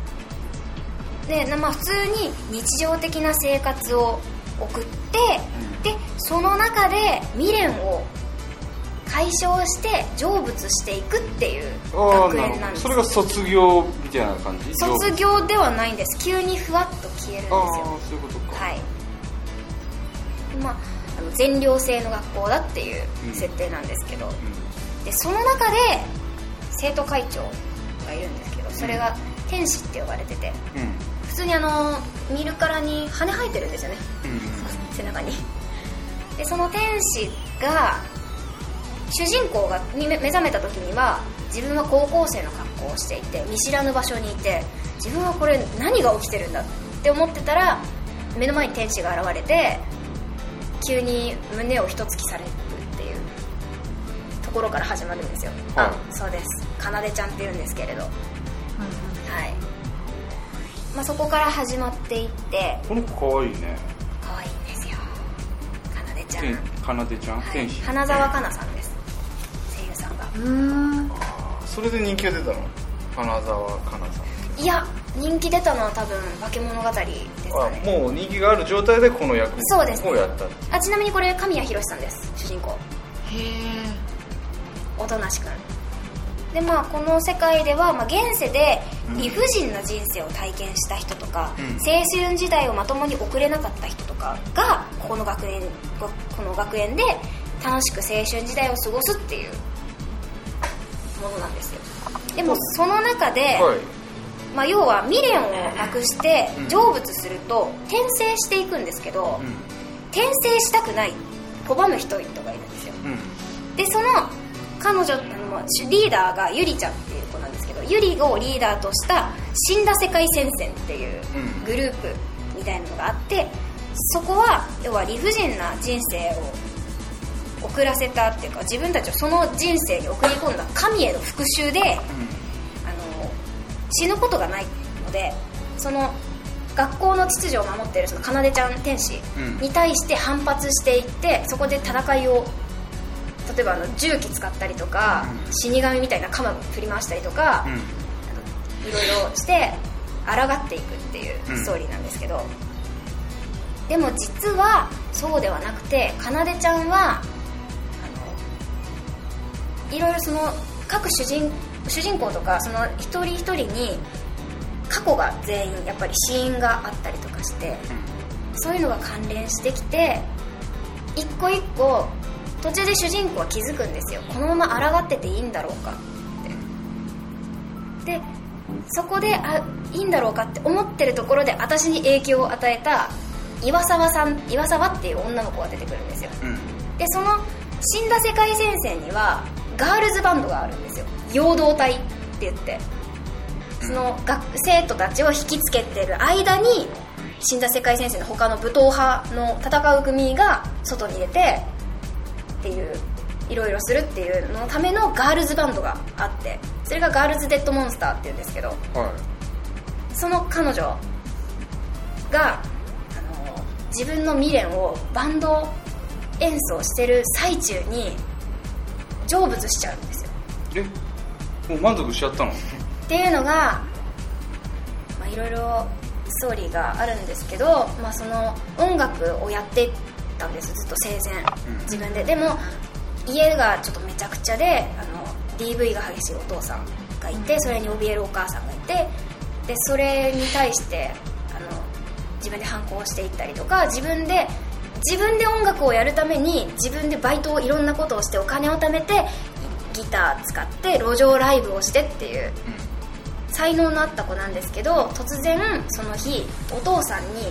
Speaker 1: で、なまあ、普通に日常的な生活を送って、でその中で未練を解消して成仏していくっていう
Speaker 2: ああ
Speaker 1: 学
Speaker 2: な
Speaker 1: 園
Speaker 2: るほ
Speaker 1: なん
Speaker 2: ど
Speaker 1: です
Speaker 2: それが卒業みたいな感じ
Speaker 1: 卒業ではないんです急にふわっと消えるんです
Speaker 2: あ
Speaker 1: よ
Speaker 2: あそういうことか、
Speaker 1: はい、まあ、あの全寮制の学校だっていう設定なんですけど、でその中で生徒会長がいるんですけどそれが天使って呼ばれてて
Speaker 5: うん
Speaker 1: 普通にあの見るからに羽生えてるんですよね
Speaker 5: うん
Speaker 1: 背中にでその天使が主人公がに目目覚めた時には自分は高校生の格好をしていて見知らぬ場所にいて自分はこれ何が起きてるんだって思ってたら目の前に天使が現れて急に胸を一突きされるっていうところから始まるんですよ、
Speaker 5: はい
Speaker 1: あそうですかなでちゃんっていうんですけれど、はい、まあ、そこから始まっていって
Speaker 5: この子可愛いね
Speaker 1: 可愛いんですよかなでちゃん、
Speaker 5: 天かなでちゃん
Speaker 1: はい
Speaker 5: 天使、
Speaker 1: 花澤香菜さんです声優さんが
Speaker 5: それで人気が出たの花澤香菜さん
Speaker 1: いや人気出たのは多分「化け物語」ですかね
Speaker 5: あもう人気がある状態でこの役
Speaker 1: そうですね
Speaker 5: をやったって
Speaker 1: あちなみにこれ神谷博さんです主人公へえおとなしくんでまあこの世界では、まあ、現世で理不尽な人生を体験した人とか、青春時代をまともに送れなかった人とかがここの学園ここの学園で楽しく青春時代を過ごすっていうものなんですよでもその中で、
Speaker 5: はい
Speaker 1: まあ、要は未練をなくして成仏すると転生していくんですけど、転生したくない拒む人々がいるんですよ
Speaker 5: うん
Speaker 1: でその彼女あのしリーダーがゆりちゃんっていう子なんですけどゆりをリーダーとした死んだ世界戦線っていう
Speaker 5: うん
Speaker 1: グループみたいなのがあってそこは要は理不尽な人生を送らせたっていうか自分たちをその人生に送り込んだ神への復讐で、あの死ぬことがないのでその学校の秩序を守っているその奏ちゃん天使
Speaker 5: うん
Speaker 1: に対して反発していってそこで戦いを例えばあの銃器使ったりとか、死神みたいな鎌振り回したりとか、
Speaker 5: うん
Speaker 1: いろいろして抗っていくっていうストーリーなんですけど、でも実はそうではなくてかなでちゃんはあのいろいろその各主人主人公とかその一人一人に過去が全員やっぱり死因があったりとかしてそういうのが関連してきて一個一個途中で主人公は気づくんですよこのまま抗ってていいんだろうかってでそこであいいんだろうかって思ってるところで私に影響を与えた岩沢さん岩沢っていう女の子が出てくるんですよ
Speaker 5: うん
Speaker 1: でその死んだ世界戦線にはガールズバンドがあるんですよ陽動隊って言ってその学生徒たちを引きつけてる間に死んだ世界戦線の他の武闘派の戦う組が外に出てっていういろいろするっていうののためのガールズバンドがあってそれがガールズ・デッド・モンスターっていうんですけど
Speaker 5: は
Speaker 1: その彼女があの自分の未練をバンド演奏してる最中に成仏しちゃうんですよ
Speaker 5: いえもう満足しちゃったの
Speaker 1: っていうのがまあいろいろストーリーがあるんですけど、まあ、その音楽をやってたんですずっと生前
Speaker 5: うん
Speaker 1: 自分ででも家がちょっとめちゃくちゃであの DV が激しいお父さんがいてそれに怯えるお母さんがいてでそれに対してあの自分で反抗していったりとか自分で自分で音楽をやるために自分でバイトをいろんなことをしてお金を貯めてギター使って路上ライブをしてっていう才能のあった子なんですけど突然その日お父さんに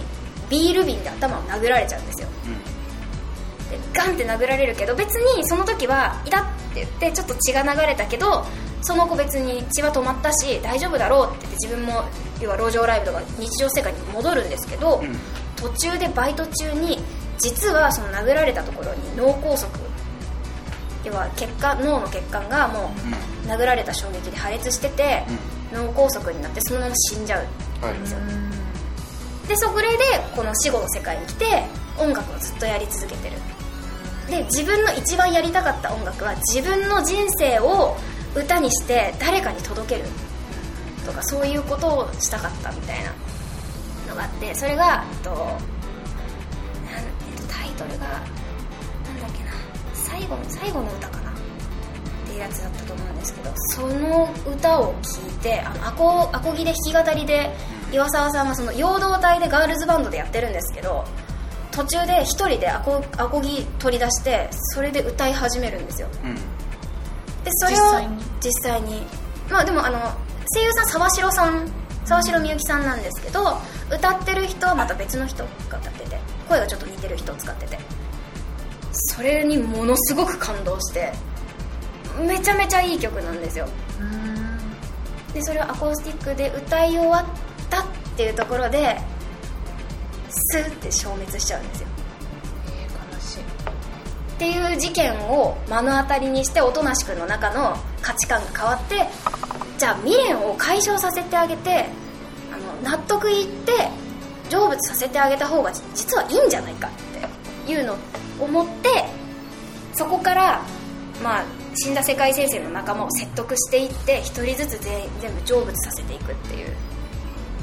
Speaker 1: ビール瓶で頭を殴られちゃうんですよでガンって殴られるけど別にその時は「いた」って言ってちょっと血が流れたけどその子別に血は止まったし大丈夫だろうって言って自分も要は路上ライブとか日常生活に戻るんですけど、
Speaker 5: ん
Speaker 1: 途中でバイト中に実はその殴られたところに脳梗塞要は血管脳の血管がもう殴られた衝撃で破裂してて、脳梗塞になってそのまま死んじゃう
Speaker 5: うんはい
Speaker 1: でそこでこの死後の世界に来て音楽をずっとやり続けてるで自分の一番やりたかった音楽は自分の人生を歌にして誰かに届けるとかそういうことをしたかったみたいなのがあってそれがえっとなんえっとタイトルがなんだっけな最後の最後の歌かなっていうやつだったと思うんですけどその歌を聴いてあのアコアコギで弾き語りで岩沢さんがその陽動隊でガールズバンドでやってるんですけど途中で一人でアコアコギ取り出してそれで歌い始めるんですよ
Speaker 5: うん
Speaker 1: でそれを
Speaker 6: 実際に
Speaker 1: 実際にまあでもあの声優さん沢城さん沢城みゆきさんなんですけど歌ってる人はまた別の人が歌ってて声がちょっと似てる人を使っててそれにものすごく感動してめちゃめちゃいい曲なんですよでそれをアコースティックで歌い終わったっていうところでスーって消滅しちゃうんですよ
Speaker 3: えー悲しい
Speaker 1: っていう事件を目の当たりにしておとなしくんの中の価値観が変わってじゃあ未練を解消させてあげてあの納得いって成仏させてあげた方が実はいいんじゃないかっていうのを思ってそこから、まあ、死んだ世界先生の仲間を説得していって一人ずつ全員全部成仏させていくっていう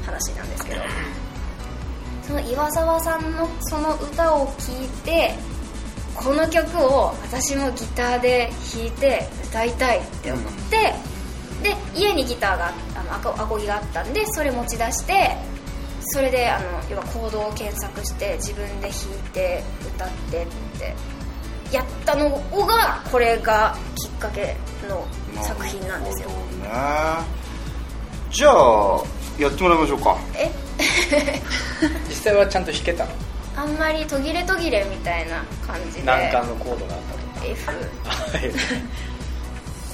Speaker 1: 話なんですけどその岩沢さんのその歌を聴いてこの曲を私もギターで弾いて歌いたいって思って、で家にギターがあのアコアコギがあったんでそれ持ち出してそれであの要はコードを検索して自分で弾いて歌ってってやったのがこれがきっかけの作品なんですよ
Speaker 5: るほどねじゃあやってもらいましょうか
Speaker 1: え
Speaker 4: 実際はちゃんと弾けたの
Speaker 1: あんまり途切れ途切れみたいな感じで
Speaker 4: 難関のコードがあったと
Speaker 1: F
Speaker 4: かはい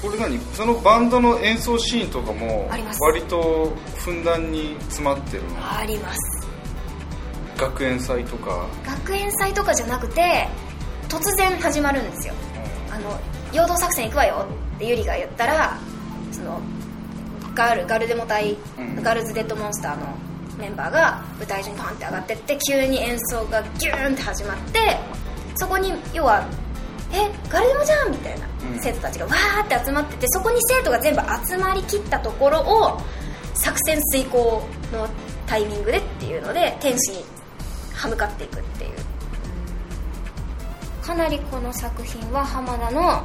Speaker 5: これ何そのバンドの演奏シーンとかも
Speaker 1: あります
Speaker 5: 割とふんだんに詰まってるの
Speaker 1: あります
Speaker 5: 学園祭とか
Speaker 1: 学園祭とかじゃなくて突然始まるんですよあの陽動作戦行くわよってゆりが言ったらそのガールガルデモ隊、
Speaker 5: うん
Speaker 1: ガールズ・デッド・モンスターのメンバーが舞台上にパンって上がってって急に演奏がギューンって始まってそこに要は「えガルデモじゃん!」みたい
Speaker 5: う
Speaker 1: な、
Speaker 5: ん
Speaker 1: 生徒たちがわーって集まっててそこに生徒が全部集まりきったところを作戦遂行のタイミングでっていうので天使に歯向かっていくっていうかなりこの作品は浜田の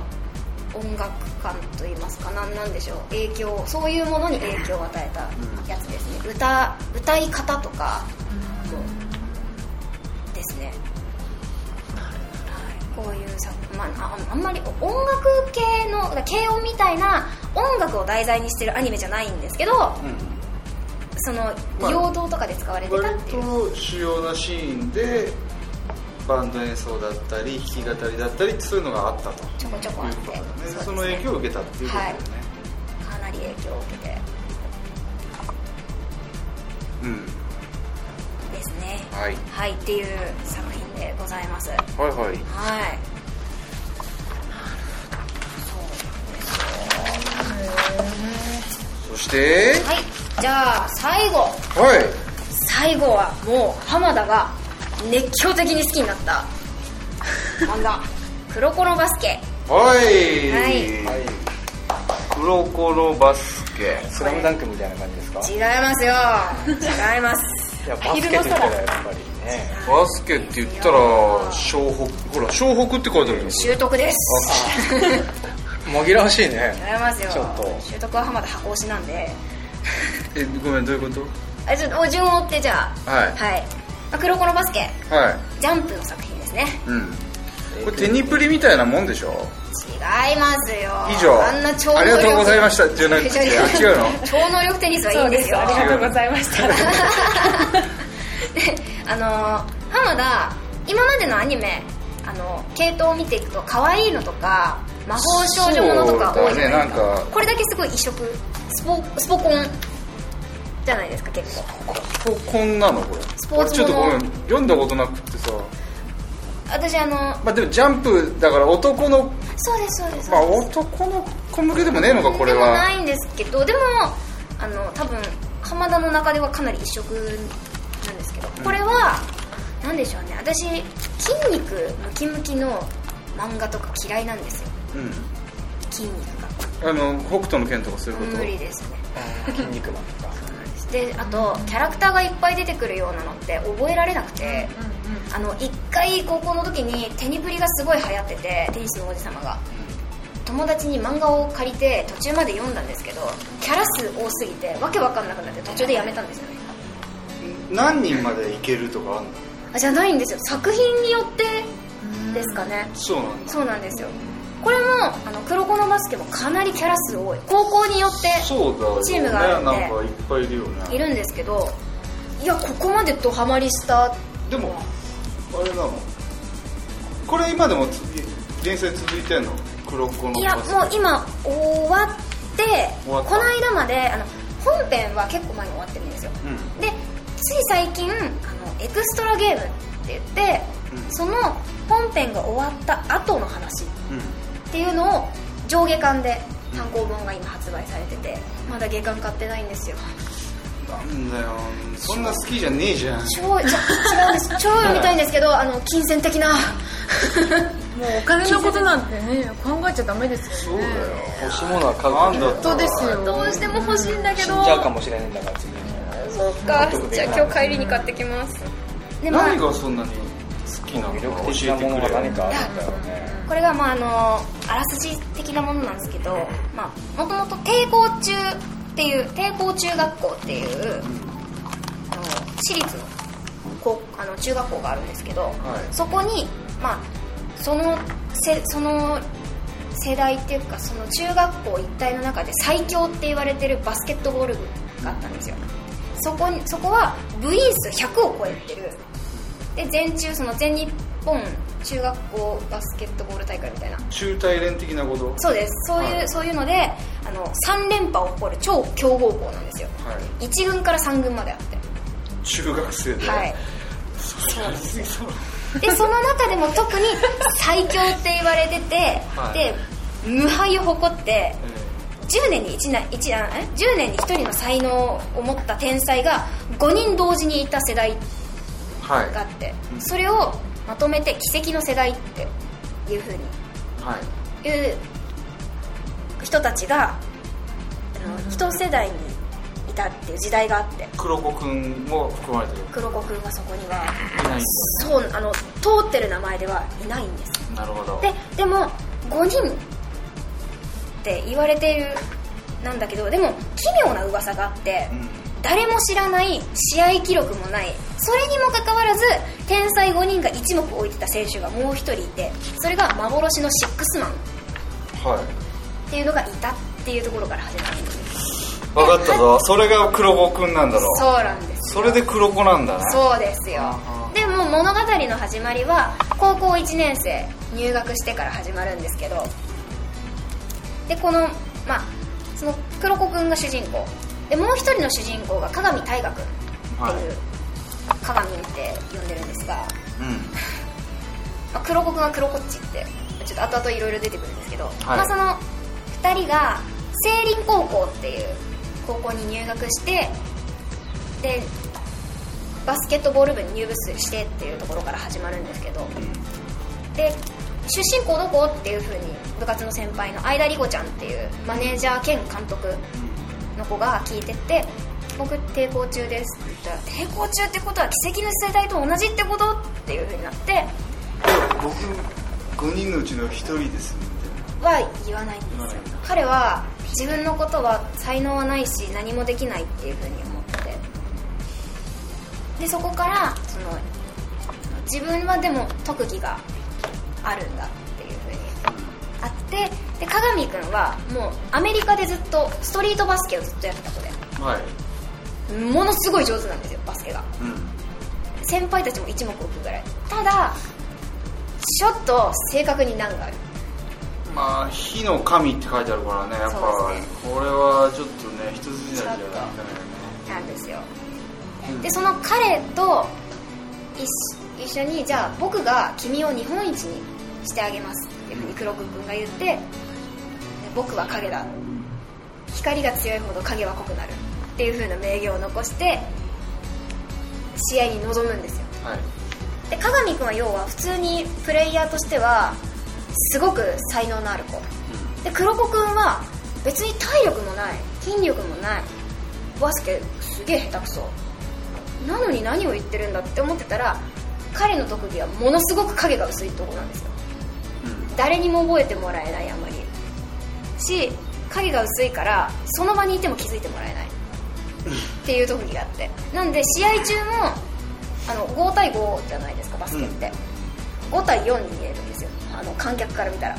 Speaker 1: 音楽感といいますか何なんでしょう影響そういうものに影響を与えたやつですね歌歌い方とかそうですねはいこういう作、まあ、ああんまり音楽系の軽音みたいな音楽を題材にしてるアニメじゃないんですけど、その
Speaker 2: まあ
Speaker 1: 陽動とかで使われてた
Speaker 2: 割
Speaker 1: っていう
Speaker 2: と主要なシーンでバンド演奏だったり弾き語りだったりってそういうのがあったと
Speaker 1: ちょこちょこあって
Speaker 2: いうことだよね
Speaker 1: そうですね
Speaker 2: その影響を受けたっていうことだよね、
Speaker 1: かなり影響を受けて
Speaker 5: うん
Speaker 1: ですね
Speaker 5: はい
Speaker 1: はいっていう作品でございますはい
Speaker 5: はいはいそして
Speaker 1: はいじゃあ最後
Speaker 5: はい
Speaker 1: 最後はもう浜田が熱狂的に好きになった漫画「黒子のバスケ
Speaker 5: はい、
Speaker 1: はい
Speaker 4: はい
Speaker 5: 黒子のバスケ
Speaker 4: 「スラムダンクみたいな感じですか」
Speaker 1: 違いますよ違います
Speaker 4: いやバスケといったらやっぱりね
Speaker 5: バスケって言ったら湘北ほら湘北って書いてあるよ
Speaker 1: 習得です
Speaker 4: 紛らわしいね
Speaker 1: 違いますよ
Speaker 4: ちょっと
Speaker 1: 習得は浜田箱推しなんで
Speaker 5: えごめんどういうこ
Speaker 1: あちょっとお順を追ってじゃあ
Speaker 5: はい
Speaker 1: はいまあ黒子のバスケ
Speaker 5: とはい
Speaker 1: ジャンプの作品ですね
Speaker 5: うんこれテニプリみたいなもんでしょ
Speaker 1: 違いますよ
Speaker 5: 以上
Speaker 1: あんな超能力
Speaker 5: ありがとうございましたじゃな くて
Speaker 1: 違う
Speaker 5: 違うの
Speaker 1: 超能力テニスはいいんですよ
Speaker 3: ありがとうございました
Speaker 1: であのー浜田今までのアニメあの系統を見ていくと可愛いのとか魔法少女ものとか多いじゃないで
Speaker 5: そ
Speaker 1: す
Speaker 5: う
Speaker 1: か
Speaker 5: だねなんか
Speaker 1: これだけすごい異色スポスポコンじゃないですか結構
Speaker 5: ここんなのこれ
Speaker 1: スポーツ
Speaker 5: ちょっ
Speaker 1: もの
Speaker 5: とごめん読んだことなくってさ
Speaker 1: 私あの
Speaker 5: まあでもジャンプだから男の
Speaker 1: そうですそうです
Speaker 5: まあ
Speaker 1: そうです
Speaker 5: 男の子向けでもねえのかこれ
Speaker 1: でも
Speaker 5: は
Speaker 1: ないんですけどでもあの多分浜田の中ではかなり異色なんですけどこれは何でしょうね私筋肉ムキムキの漫画とか嫌いなんですよ
Speaker 5: うん
Speaker 1: 筋肉が
Speaker 5: あの北斗の拳とかそういうこと
Speaker 1: 無理ですね
Speaker 4: 筋肉マンとか
Speaker 1: であとキャラクターがいっぱい出てくるようなのって覚えられなくて、あの一回高校の時に手にプリがすごい流行っててテニスの王子様が友達に漫画を借りて途中まで読んだんですけどキャラ数多すぎてわけわかんなくなって途中でやめたんですよね
Speaker 2: 何人までいけるとかあるの
Speaker 1: あじゃないんですよ作品によってですかね
Speaker 2: そうなんだ
Speaker 1: そうなんですよこれもあの黒子のバスケもかなりキャラ数多い高校によって
Speaker 2: そうだよね
Speaker 1: チームがあるんで
Speaker 2: なんかいっぱいいるよね
Speaker 1: いるんですけどいやここまでドハマりした
Speaker 2: でもあれなのこれ今でもつ連載続いてんの黒子の
Speaker 1: いやも
Speaker 2: パ
Speaker 1: う
Speaker 2: ス
Speaker 1: 今終わって
Speaker 2: 終わった
Speaker 1: この間まであの本編は結構前に終わってるんですよ、でつい最近あのエクストラゲームって言って、その本編が終わった後の話っていうのを上下巻で単行本が今発売されててまだ下巻買ってないんですよ
Speaker 2: なんだよそんな好きじゃねえじゃん
Speaker 1: 超じゃ違うんです超読みたいんですけどあの金銭的な
Speaker 3: もうお金のことなんてね考えちゃダメですよね
Speaker 4: 欲しいものは買うなんだ
Speaker 3: 本当ですよ
Speaker 1: どうしても欲しいんだけ
Speaker 4: 死ん
Speaker 1: ど
Speaker 4: じゃうかもしれないんだから次
Speaker 1: そっかじゃあ今日帰りに買ってきますでまあ
Speaker 2: 何がそんなに好きなの
Speaker 4: 魅
Speaker 2: か
Speaker 4: 力
Speaker 2: 教えて
Speaker 4: 的なもの
Speaker 2: く
Speaker 4: が
Speaker 2: れ
Speaker 4: 何
Speaker 2: よ
Speaker 4: かあるんだろうね
Speaker 1: これがまああのあらすじ的なものなんですけどまあもともと帝校中っていう帝校中学校っていうあの私立の高あの中学校があるんですけど、そこにまあそのせその世代っていうかその中学校一体の中で最強って言われてるバスケットボール部があったんですよそこにそこは部員数100を超えてるで全中その全日本中学校バスケットボール大会みたいな
Speaker 2: 中大連的なこと
Speaker 1: そうですそういう、
Speaker 2: はい
Speaker 1: そういうのであの3連覇を誇る超強豪校なんですよ、
Speaker 2: は
Speaker 1: 1軍から3軍まであって
Speaker 2: 中学生で、
Speaker 1: はい
Speaker 2: そうなんですよ
Speaker 1: でその中でも特に最強って言われてて、
Speaker 2: はい
Speaker 1: で無敗を誇って10年に 1, な一なえ10年に1人の才能を持った天才が5人同時にいた世代
Speaker 2: はい
Speaker 1: があってそれをまとめて奇跡の世代っていうふうに
Speaker 2: はい
Speaker 1: いう人たちがあの一世代にいたっていう時代があって
Speaker 2: 黒子くんも含まれてる
Speaker 1: 黒子くんがそこにはい
Speaker 2: ないんで
Speaker 1: そうあの通ってる名前ではいないんです
Speaker 2: なるほど
Speaker 1: ででも5人って言われているなんだけどでも奇妙な噂があって、誰も知らない試合記録もないそれにもかかわらず天才5人が一目置いてた選手がもう1人いてそれが幻のシックスマン
Speaker 2: はい
Speaker 1: っていうのがいたっていうところから始まるんです
Speaker 2: 分かったぞそれが黒子くんなんだろ
Speaker 1: そうなんです
Speaker 2: それで黒子なんだね
Speaker 1: そうですよでも物語の始まりは高校1年生入学してから始まるんですけどでこのまあその黒子くんが主人公でもう一人の主人公が鏡大河くんっていう、鏡って呼んでるんですが、まあ、黒子くんは黒こっちってちょっと後々いろいろ出てくるんですけど、まあその2人が聖林高校っていう高校に入学してでバスケットボール部に入部してっていうところから始まるんですけど、で出身校どこっていうふうに部活の先輩の相田理子ちゃんっていうマネージャー兼監督の子が聞いてって「僕抵抗中です」って言ったら「抵抗中ってことは奇跡の世代と同じってこと?」っていうふうになって
Speaker 2: 僕5人のうちの1人ですみたいな
Speaker 1: は言わないんですよ彼は自分のことは才能はないし何もできないっていうふうに思っててでそこからその自分はでも特技があるんだっていうふうにあってで鏡くんはもうアメリカでずっとストリートバスケをずっとやってた子で
Speaker 2: はい
Speaker 1: ものすごい上手なんですよバスケが
Speaker 2: うん
Speaker 1: 先輩たちも一目置くぐらいただちょっと正確に難がある
Speaker 2: まあ火の神って書いてあるからねやっぱ
Speaker 1: そうですね
Speaker 2: これはちょっとね一筋縄じゃない
Speaker 1: なんですよ、でその彼と一緒一緒にじゃあ僕が君を日本一にしてあげますっていうふうに黒く君が言ってで僕は影だ光が強いほど影は濃くなるっていうふうな名言を残して試合に臨むんですよ
Speaker 2: はい
Speaker 1: で鏡君は要は普通にプレイヤーとしてはすごく才能のある子で黒子君は別に体力もない筋力もないバスケすげえ下手くそなのに何を言ってるんだって思ってたら彼の特技はものすごく影が薄いとこなんですよ、誰にも覚えてもらえないあまりし影が薄いからその場にいても気づいてもらえないっていう特技があってなんで試合中もあの5対5じゃないですかバスケって、5対4に見えるんですよあの観客から見たら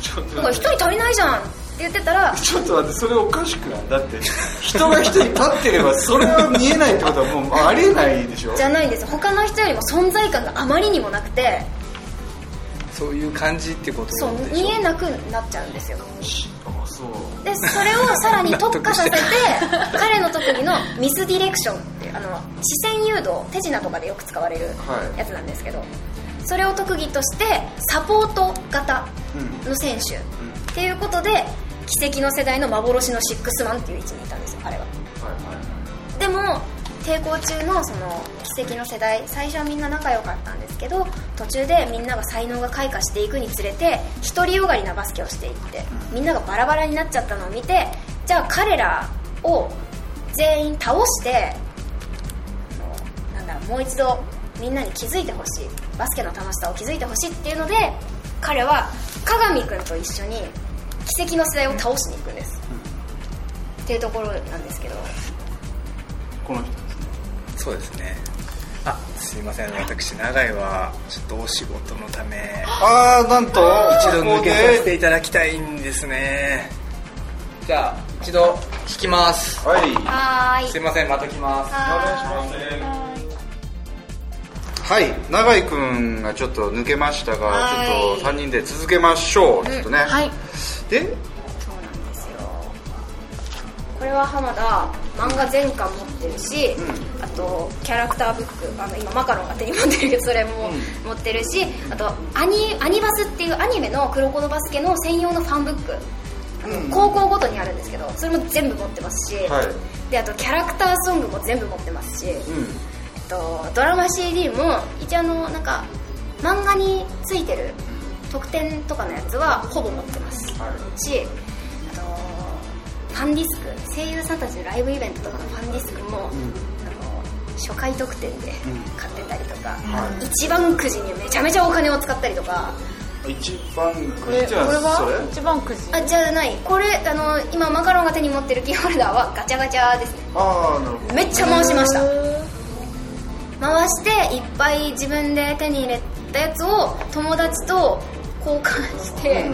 Speaker 2: ちょっと
Speaker 1: 1
Speaker 2: 待って
Speaker 1: 人足りないじゃんって言ってたら
Speaker 2: ちょっと待ってそれおかしくないだって人が一人立ってればそれは見えないってことはもうありえないでしょ
Speaker 1: じゃないんです他の人よりも存在感があまりにもなくて
Speaker 4: そういう感じってことでし
Speaker 1: そ
Speaker 4: ょ
Speaker 1: う見えなくなっちゃうんですよ
Speaker 2: あそう
Speaker 1: でそれをさらに特化させて彼の特技のミスディレクションっていうあの視線誘導手品とかでよく使われる
Speaker 5: はい
Speaker 1: やつなんですけど、それを特技としてサポート型の選手、っていうことで奇跡の世代の幻のシックスマンっていう位置にいたんですよ彼はでも抵抗中のその奇跡の世代最初はみんな仲良かったんですけど途中でみんなが才能が開花していくにつれて独りよがりなバスケをしていってみんながバラバラになっちゃったのを見てじゃあ彼らを全員倒してあのなんだろうもう一度みんなに気づいてほしいバスケの楽しさを気づいてほしいっていうので彼は鏡君と一緒に奇跡の世代を倒しに行くんです、っていうところなんですけど
Speaker 2: この人ですね
Speaker 4: そうですねあすいません私永井はちょっとお仕事のため
Speaker 2: ああなんと
Speaker 4: 一度
Speaker 2: こ
Speaker 4: 抜
Speaker 2: こ
Speaker 4: けさせ
Speaker 2: で
Speaker 4: ていただきたいんですねじゃあ一度引きます
Speaker 2: はい
Speaker 1: はーい
Speaker 4: すいませんまた来ます
Speaker 5: はい永井君がちょっと抜けましたが
Speaker 1: はい
Speaker 5: ちょっと3人で続けましょうちょっとね、
Speaker 3: はい
Speaker 5: で
Speaker 1: そうなんですよこれは浜田漫画全巻持ってるし、あとキャラクターブックあの今マカロンが手に持ってるけどそれも持ってるし、あとアニアニバスっていうアニメの「黒子のバスケ」の専用のファンブックあの高校ごとにあるんですけどそれも全部持ってますし、
Speaker 5: はい
Speaker 1: であとキャラクターソングも全部持ってますし、えっとドラマ CD も一応あのなんか漫画についてる特典とかのやつはほぼ持ってます、しあとファンディスク声優さんたちのライブイベントとかのファンディスクも、あの初回特典で買ってたりとか、一番くじにめちゃめちゃお金を使ったりとか
Speaker 2: 一番
Speaker 3: こ
Speaker 2: ク
Speaker 3: れ
Speaker 2: リスチ
Speaker 3: これ
Speaker 2: ャンそれ
Speaker 3: は一番くじ
Speaker 1: あじゃないこれあの今マカロンが手に持ってるキーホルダーはガチャガチャですね
Speaker 2: ああなるほ
Speaker 1: めっちゃ回しました回していっぱい自分で手に入れたやつを友達と交換して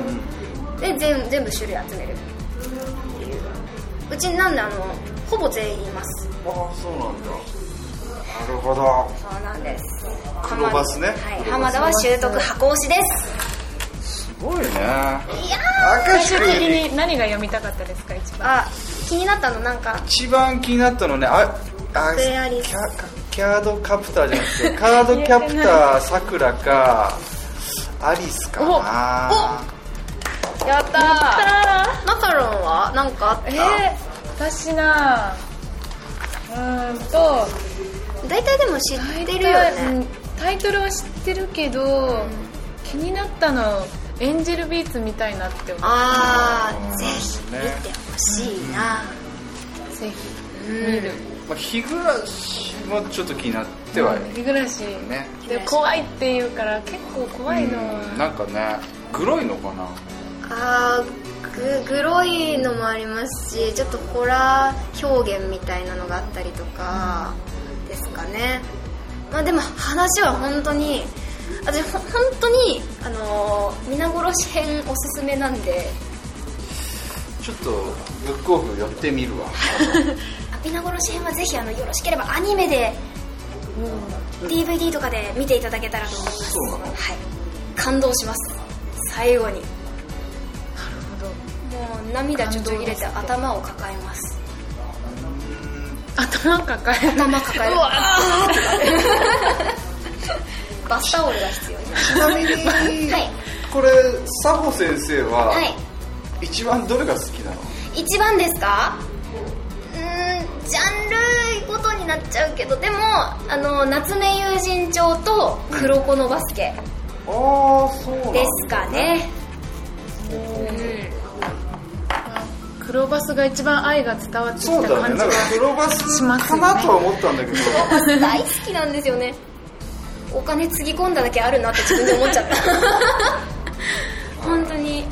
Speaker 1: で全全部種類集めるっていううちなんであのほぼ全員います
Speaker 2: どああそうなんだ
Speaker 5: なるほど
Speaker 1: そうなんです
Speaker 2: 黒バスね
Speaker 1: はい浜田は習得箱押しです
Speaker 5: すごいね
Speaker 1: いや
Speaker 3: 最終的に何が読みたかったですか一
Speaker 1: ー
Speaker 3: 番
Speaker 1: あ気になったのなんか
Speaker 5: 一番気になったのねああ
Speaker 1: スペアリス
Speaker 5: キャキャードカプターじゃなくてカードキャプターさくらかアリスかな
Speaker 6: やったー
Speaker 1: マカロンはなんかあっ
Speaker 6: え
Speaker 1: た
Speaker 6: ー、私なーうーんと
Speaker 1: 大体でも知ってる
Speaker 6: タイ
Speaker 1: よね
Speaker 3: タイトルは知ってるけど、気になったのエンジェルビーツみたいなって思
Speaker 1: ああぜひ見てほしいな、
Speaker 3: うぜ
Speaker 1: う
Speaker 3: ひ
Speaker 1: ん
Speaker 3: 見る、
Speaker 5: まあ、日暮らしもちょっと気になってはいる
Speaker 3: 日暮らし
Speaker 5: ね、
Speaker 3: で怖いって言うから結構怖いの、
Speaker 5: うんなんかねグロいのかな
Speaker 1: あーググロいのもありますしちょっとホラー表現みたいなのがあったりとかですかね、まあ、でも話は本当に私ほ本当にあのー皆殺し編おすすめなんで
Speaker 5: ちょっとブックオフ寄ってみるわ
Speaker 1: あ皆殺し編はぜひあのよろしければアニメで、DVD とかで見ていただけたらと思います
Speaker 5: そうなの
Speaker 1: はい感動します最後になるほどもう涙ちょっと入れて頭を抱えます
Speaker 3: 頭抱える
Speaker 1: 頭抱える バスタオルが必要
Speaker 2: ちなみに
Speaker 1: はい
Speaker 2: これ佐保先生は
Speaker 1: は
Speaker 2: 一番どれが好きなの
Speaker 1: い一番ですかうーんジャンルごとになっちゃうけどでもあの夏目友人帳と黒子のバスケ
Speaker 2: ああそうなんだ
Speaker 1: ですかね
Speaker 3: 黒バスが一番愛が伝わってき
Speaker 2: そう
Speaker 3: た
Speaker 2: だね
Speaker 3: 感じ
Speaker 2: な
Speaker 3: が
Speaker 2: んか黒バス
Speaker 3: します
Speaker 2: か
Speaker 3: よね
Speaker 2: なとは思ったんだけ ど
Speaker 1: 大好きなんですよねお金つぎ込んだだけあるなって自分で思っちゃった 本当に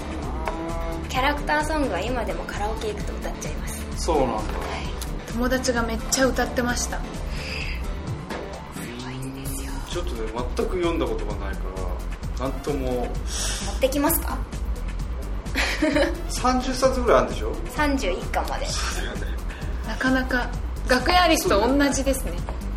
Speaker 1: キャラクターソングは今でもカラオケ行くと歌っちゃいます
Speaker 2: そうなんだ
Speaker 3: 友達がめっちゃ歌ってました
Speaker 2: ちょっとね全く読んだことがないからなんとも
Speaker 1: 持ってきますか
Speaker 2: 30冊ぐらいあるんでしょ
Speaker 1: 31巻まで
Speaker 3: なかなか楽屋アリスと同じですね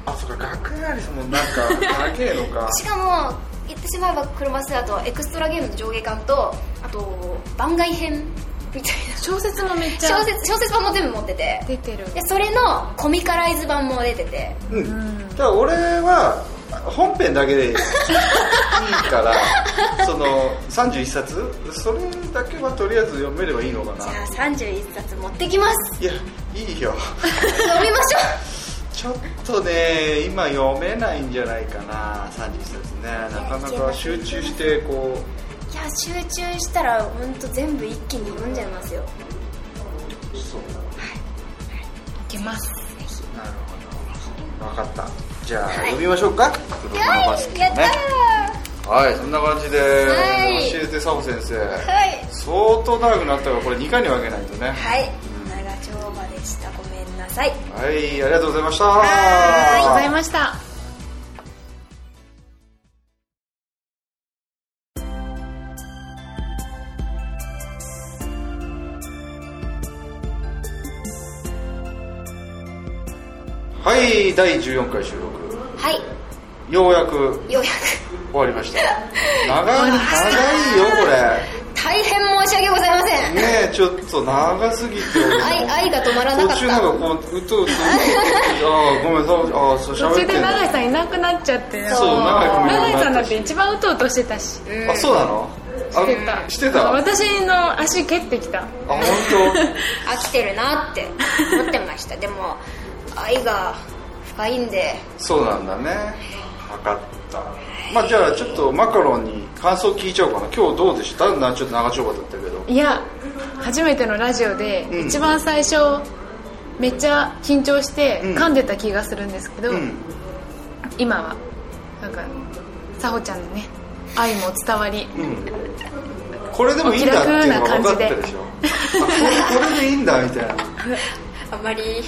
Speaker 2: あそうか学園アリスも なんか長えのか
Speaker 1: しかも言ってしまえば車バスだとエクストラゲームの上下巻とあと番外編みたいな
Speaker 3: 小説もめっちゃ
Speaker 1: 小説小説版も全部持ってて
Speaker 3: 出てる
Speaker 1: でそれのコミカライズ版も出てて
Speaker 2: うん、じゃあ俺は本編だけでいい からその31冊それだけはとりあえず読めればいいのかな
Speaker 1: じゃあ31冊持ってきます
Speaker 2: いやいいよ
Speaker 1: 読みましょ
Speaker 2: ちょっとね今読めないんじゃないかな31冊ねなかなか集中してこ
Speaker 1: ういや集中したら本当全部一気に読んじゃいますよ
Speaker 2: うそう
Speaker 3: いけます
Speaker 2: なるほど分かったじゃあ、読みましょうか車のバスケ
Speaker 1: や
Speaker 2: ね
Speaker 1: ったー
Speaker 2: はいそんな感じで、
Speaker 1: はい
Speaker 2: 教えてサボ先生、
Speaker 1: はい
Speaker 2: 相当長くなったからこれ2回に分けないとね
Speaker 1: はい長丁場でしたごめんなさい
Speaker 2: はい、ありがとうございました。
Speaker 3: ありがとうございました
Speaker 2: はい、第14回収録。
Speaker 1: はい
Speaker 2: ようやく
Speaker 1: ようや
Speaker 2: 終わりました。長い、長いよ、こ
Speaker 1: く大変申し訳ございません
Speaker 2: れ。ねえ、ちょっと長すぎて。
Speaker 1: 愛愛が止まらなかっ
Speaker 2: 途中なん
Speaker 1: た
Speaker 2: かこう、うっとうと。ああ、ごめん、そう、ああ、そう、
Speaker 3: 途
Speaker 2: 喋ってん
Speaker 3: 中
Speaker 2: だ
Speaker 3: で永井さんいなくなっちゃって
Speaker 2: そう、長いコメント
Speaker 3: 永
Speaker 2: に
Speaker 3: 井さ
Speaker 2: な
Speaker 3: んだ
Speaker 2: っ
Speaker 3: った
Speaker 2: して
Speaker 3: 一番うとうとしてたし
Speaker 2: あ、そうなのしてた。してたあ、
Speaker 3: 私の足蹴ってきた
Speaker 2: 本
Speaker 1: 飽きてるなって思ってましたでも愛が深いんで
Speaker 2: 当。そうなんだね。わかった。まあじゃあちょっとマカロンに感想聞いちゃおうかな今日どうでしたなちょっと長丁場だったけど
Speaker 3: いや初めてのラジオで、
Speaker 2: うん
Speaker 3: 一番最初めっちゃ緊張して
Speaker 2: うん
Speaker 3: 噛んでた気がするんですけど、
Speaker 2: うん
Speaker 3: 今はなんかさほちゃんのね愛も伝わり
Speaker 2: これでもいいんだっていうのが分かったでしょあこれこれでいいんだみたいな
Speaker 1: あまり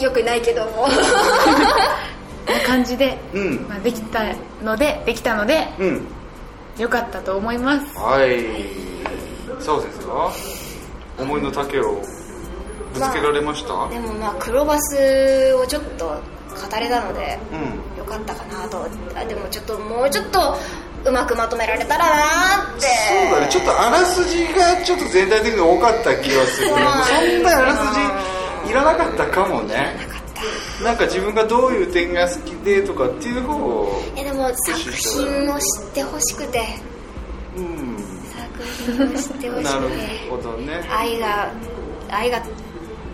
Speaker 1: 良くないけど も
Speaker 3: な感じで、
Speaker 2: うん
Speaker 3: まあ、できたのでできたので
Speaker 2: うん
Speaker 3: 良かったと思います
Speaker 2: はい澤先生は思いの丈をぶつけられました、
Speaker 1: でもまあ黒バスをちょっと語れたので
Speaker 2: うん
Speaker 1: 良かったかなとあでもちょっともうちょっとうまくまとめられたらなって
Speaker 2: そうだねちょっとあらすじがちょっと全体的に多かった気がするね
Speaker 1: そうなんだ
Speaker 2: そんなあらすじいらなかったかもねなんか自分がどういう点が好きでとかっていう方を
Speaker 1: えでも作品を知ってほしくて
Speaker 2: うん
Speaker 1: 作品を知ってほし
Speaker 2: なる
Speaker 1: くて
Speaker 2: ほどね
Speaker 1: 愛が愛が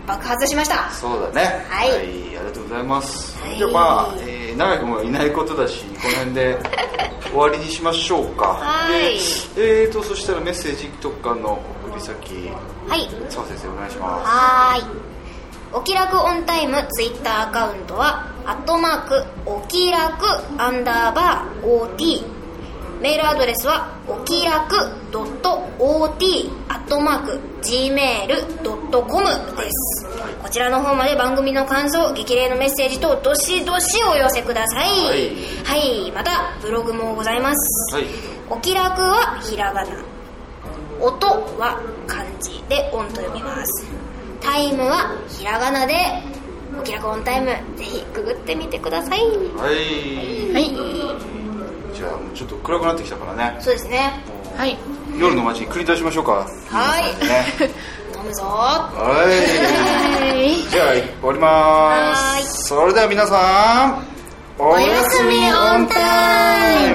Speaker 1: 爆発しました
Speaker 2: そうだね。
Speaker 1: はい
Speaker 2: ありがとうございます。
Speaker 1: はい
Speaker 2: じゃあまあ、えー、長くもいないことだし、この辺で終わりにしましょうか。
Speaker 1: はい
Speaker 2: でえーと、そしたらメッセージとかの送り先、
Speaker 1: はい
Speaker 2: 澤先生お願いしま
Speaker 1: はーい。おきらくオンタイムツイッターアカウントは、アットマーク、おきらくアンダーバー OT。メールアドレスは、おきらく .ot アットマーク gmail.com です。こちらの方まで番組の感想、激励のメッセージ等、どしどしお寄せください。はい。また、ブログもございます。
Speaker 2: はい
Speaker 1: おきらくはひらがな。音は漢字で音と読みますタイムはひらがなでお気楽オンタイムぜひくぐってみてください
Speaker 2: す。はい。
Speaker 3: はい
Speaker 2: じゃあ、もうちょっと暗くなってきたからね。
Speaker 1: そうですね
Speaker 3: はい
Speaker 2: 夜の街に繰り出しましょうか。
Speaker 1: はい
Speaker 2: ね、
Speaker 1: 飲むぞは
Speaker 2: はい。じゃあ、終わりま
Speaker 1: はーい
Speaker 2: す。それでは皆さん、お
Speaker 1: おやすみオンタイム